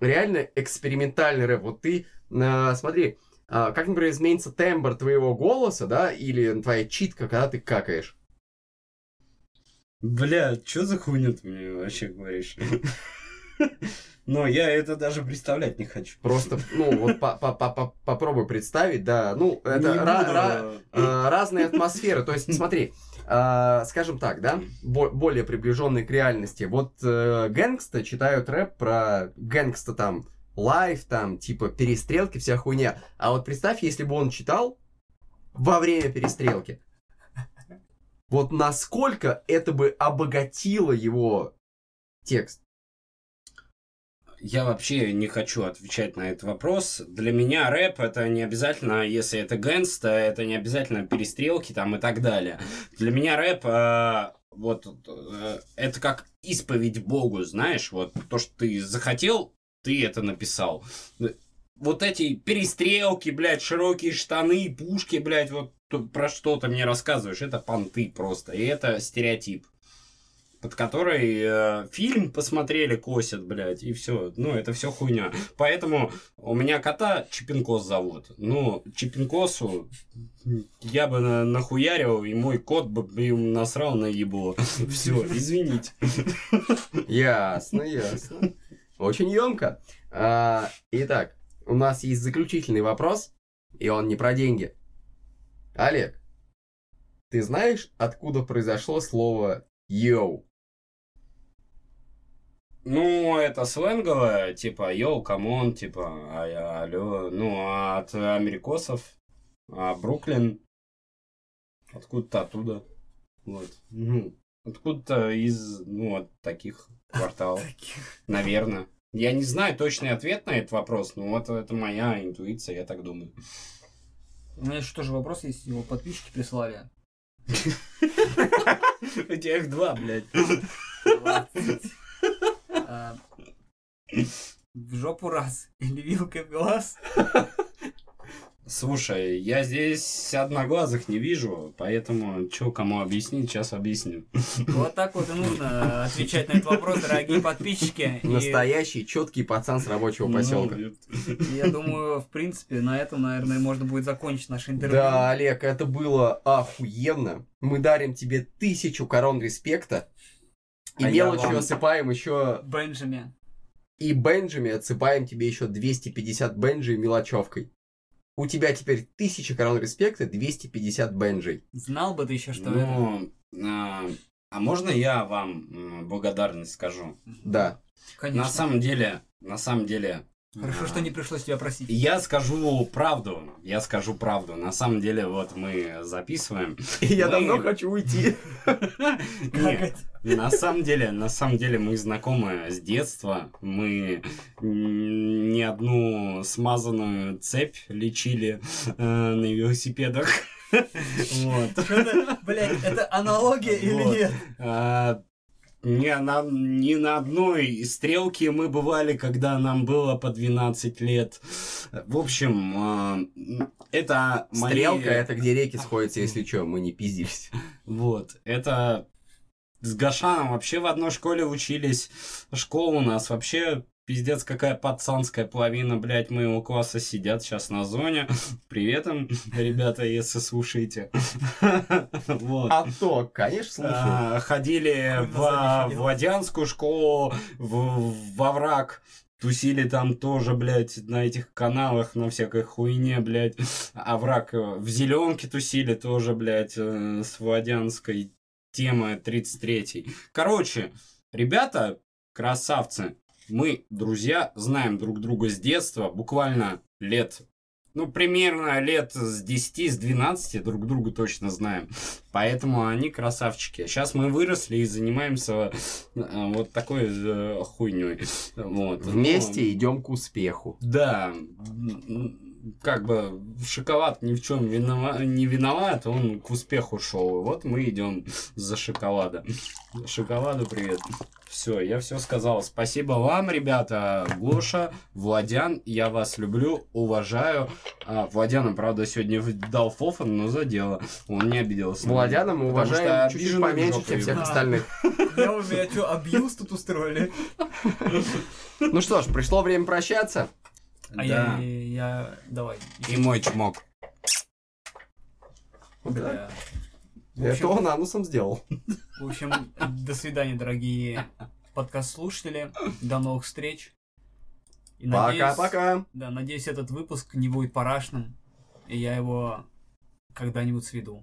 [SPEAKER 3] реально экспериментальный рэп. Вот ты, э, смотри, а, как, например, изменится тембр твоего голоса, да, или твоя читка, когда ты какаешь.
[SPEAKER 2] Бля, что за хуйню ты мне вообще говоришь? Но я это даже представлять не хочу.
[SPEAKER 3] Просто, ну, вот по- по- по- по- попробуй представить, да, ну, это
[SPEAKER 2] Не
[SPEAKER 3] ра-
[SPEAKER 2] буду,
[SPEAKER 3] ра-
[SPEAKER 2] э,
[SPEAKER 3] э, разные атмосферы. То есть, смотри, э, скажем так, да, бо- более приближенные к реальности. Вот э, гэнгста читают рэп про гэнгста там лайф, там, типа перестрелки, вся хуйня. А вот представь, если бы он читал во время перестрелки. Вот насколько это бы обогатило его текст.
[SPEAKER 2] Я вообще не хочу отвечать на этот вопрос. Для меня рэп это не обязательно, если это гэнста, это не обязательно перестрелки там и так далее. Для меня рэп э, вот э, это как исповедь Богу, знаешь, вот то, что ты захотел, ты это написал. Вот эти перестрелки, блядь, широкие штаны, пушки, блядь, вот то- про что ты мне рассказываешь, это понты просто, и это стереотип под который э, фильм посмотрели, косят, блядь, и все. Ну, это все хуйня. Поэтому у меня кота Чипинкос зовут. Ну, Чипинкосу я бы на- нахуярил, и мой кот бы им насрал на ебло. Все, извините.
[SPEAKER 3] Ясно, ясно. Очень емко. А, итак, у нас есть заключительный вопрос, и он не про деньги. Олег, ты знаешь, откуда произошло слово «йоу»?
[SPEAKER 2] Ну, это сленговое, типа, йоу, камон, типа, а- алло. Ну, а от америкосов, а Бруклин, откуда-то оттуда. Вот. Ну, откуда-то из, ну, от таких
[SPEAKER 3] а
[SPEAKER 2] кварталов. Наверное. Я не знаю точный ответ на этот вопрос, но вот это моя интуиция, я так думаю.
[SPEAKER 6] У меня еще тоже вопрос есть, его подписчики прислали.
[SPEAKER 2] У тебя их два, блядь.
[SPEAKER 6] А,
[SPEAKER 1] Э, В жопу раз. Или вилкой в глаз.
[SPEAKER 2] Слушай, я здесь одноглазых не вижу, поэтому что кому объяснить, сейчас объясню.
[SPEAKER 1] Вот так вот и нужно э, отвечать на этот вопрос, дорогие подписчики. И
[SPEAKER 3] Настоящий четкий пацан с рабочего
[SPEAKER 2] Ну,
[SPEAKER 3] поселка.
[SPEAKER 2] блин.
[SPEAKER 1] я думаю, в принципе, на этом, наверное, можно будет закончить наше интервью.
[SPEAKER 3] Да, Олег, это было охуенно. Мы дарим тебе тысячу корон респекта. И
[SPEAKER 2] А я
[SPEAKER 3] мелочью
[SPEAKER 2] вам-
[SPEAKER 3] осыпаем еще...
[SPEAKER 1] Бенджамин.
[SPEAKER 3] И бенджами отсыпаем тебе еще 250 бенджи мелочевкой. У тебя теперь 1000 корон респекта, 250 бенджей.
[SPEAKER 1] Знал бы ты еще, что А это.
[SPEAKER 2] Ну, а, А можно я вам м, благодарность скажу?
[SPEAKER 3] Да.
[SPEAKER 6] Конечно.
[SPEAKER 2] На самом деле, на самом деле...
[SPEAKER 6] Хорошо,
[SPEAKER 2] а,
[SPEAKER 6] что не пришлось тебя просить.
[SPEAKER 2] Я скажу правду, я скажу правду. На самом деле, вот мы записываем.
[SPEAKER 3] Я
[SPEAKER 2] Мы-
[SPEAKER 3] давно хочу уйти.
[SPEAKER 2] Нет, На самом деле, на самом деле мы знакомы с детства. Мы м, не одну смазанную цепь лечили э, на велосипедах. Вот.
[SPEAKER 1] Что-то, Блядь, это аналогия или
[SPEAKER 2] Вот.
[SPEAKER 1] нет?
[SPEAKER 2] А, Не на, не на одной стрелке мы бывали, когда нам было по 12 лет. В общем, а, м, это мои-
[SPEAKER 3] Стрелка — это где реки сходятся, если что, мы не пиздились.
[SPEAKER 2] Вот, это с Гашаном вообще в одной школе учились. Школа у нас вообще пиздец какая пацанская половина, блядь, моего класса сидят сейчас на зоне. Привет им, ребята, если слушаете. Вот.
[SPEAKER 3] А то, конечно, слушаю.
[SPEAKER 2] А, Ходили
[SPEAKER 1] Какой
[SPEAKER 2] во-
[SPEAKER 1] назовешь
[SPEAKER 2] в Водянскую школу, в, во враг. Тусили там тоже, блядь, на этих каналах, на всякой хуйне, блядь. А враг э, в зеленке тусили тоже, блядь, э, с Водянской темы 33. Короче, ребята, красавцы, мы, друзья, знаем друг друга с детства, буквально лет, ну, примерно лет с 10, с 12 друг друга точно знаем. Поэтому они красавчики. Сейчас мы выросли и занимаемся э, вот такой э, хуйней. Вот.
[SPEAKER 3] Вместе идем к успеху.
[SPEAKER 2] Ну, да. М, Как бы шоколад ни в чем винова- не виноват, он к успеху шел. Вот мы идем за шоколада. Шоколаду привет. Все, я все сказал. Спасибо вам, ребята. Гоша, Владян, я вас люблю, уважаю. А, Владяну, правда, сегодня в- дал фофан, но за дело. Он не обиделся.
[SPEAKER 3] Владяна мы
[SPEAKER 2] Потому
[SPEAKER 3] уважаем
[SPEAKER 2] что
[SPEAKER 3] чуть-чуть
[SPEAKER 2] обиженный
[SPEAKER 3] поменьше,
[SPEAKER 2] жопой
[SPEAKER 3] чем всех
[SPEAKER 1] его.
[SPEAKER 3] остальных.
[SPEAKER 1] Я у меня что, абьюз тут устроили?
[SPEAKER 3] Ну что ж, пришло время прощаться.
[SPEAKER 6] А
[SPEAKER 2] Да.
[SPEAKER 6] я, я... Давай.
[SPEAKER 2] И мой чмок.
[SPEAKER 6] Да. В общем-
[SPEAKER 3] Это он анусом сделал.
[SPEAKER 6] В общем, до свидания, дорогие подкаст-слушатели. До новых встреч. И надеюсь-
[SPEAKER 3] Пока-пока.
[SPEAKER 6] Да, надеюсь, этот выпуск не будет парашным, и я его когда-нибудь сведу.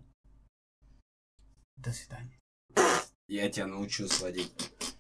[SPEAKER 6] До свидания.
[SPEAKER 2] Я тебя научу сводить.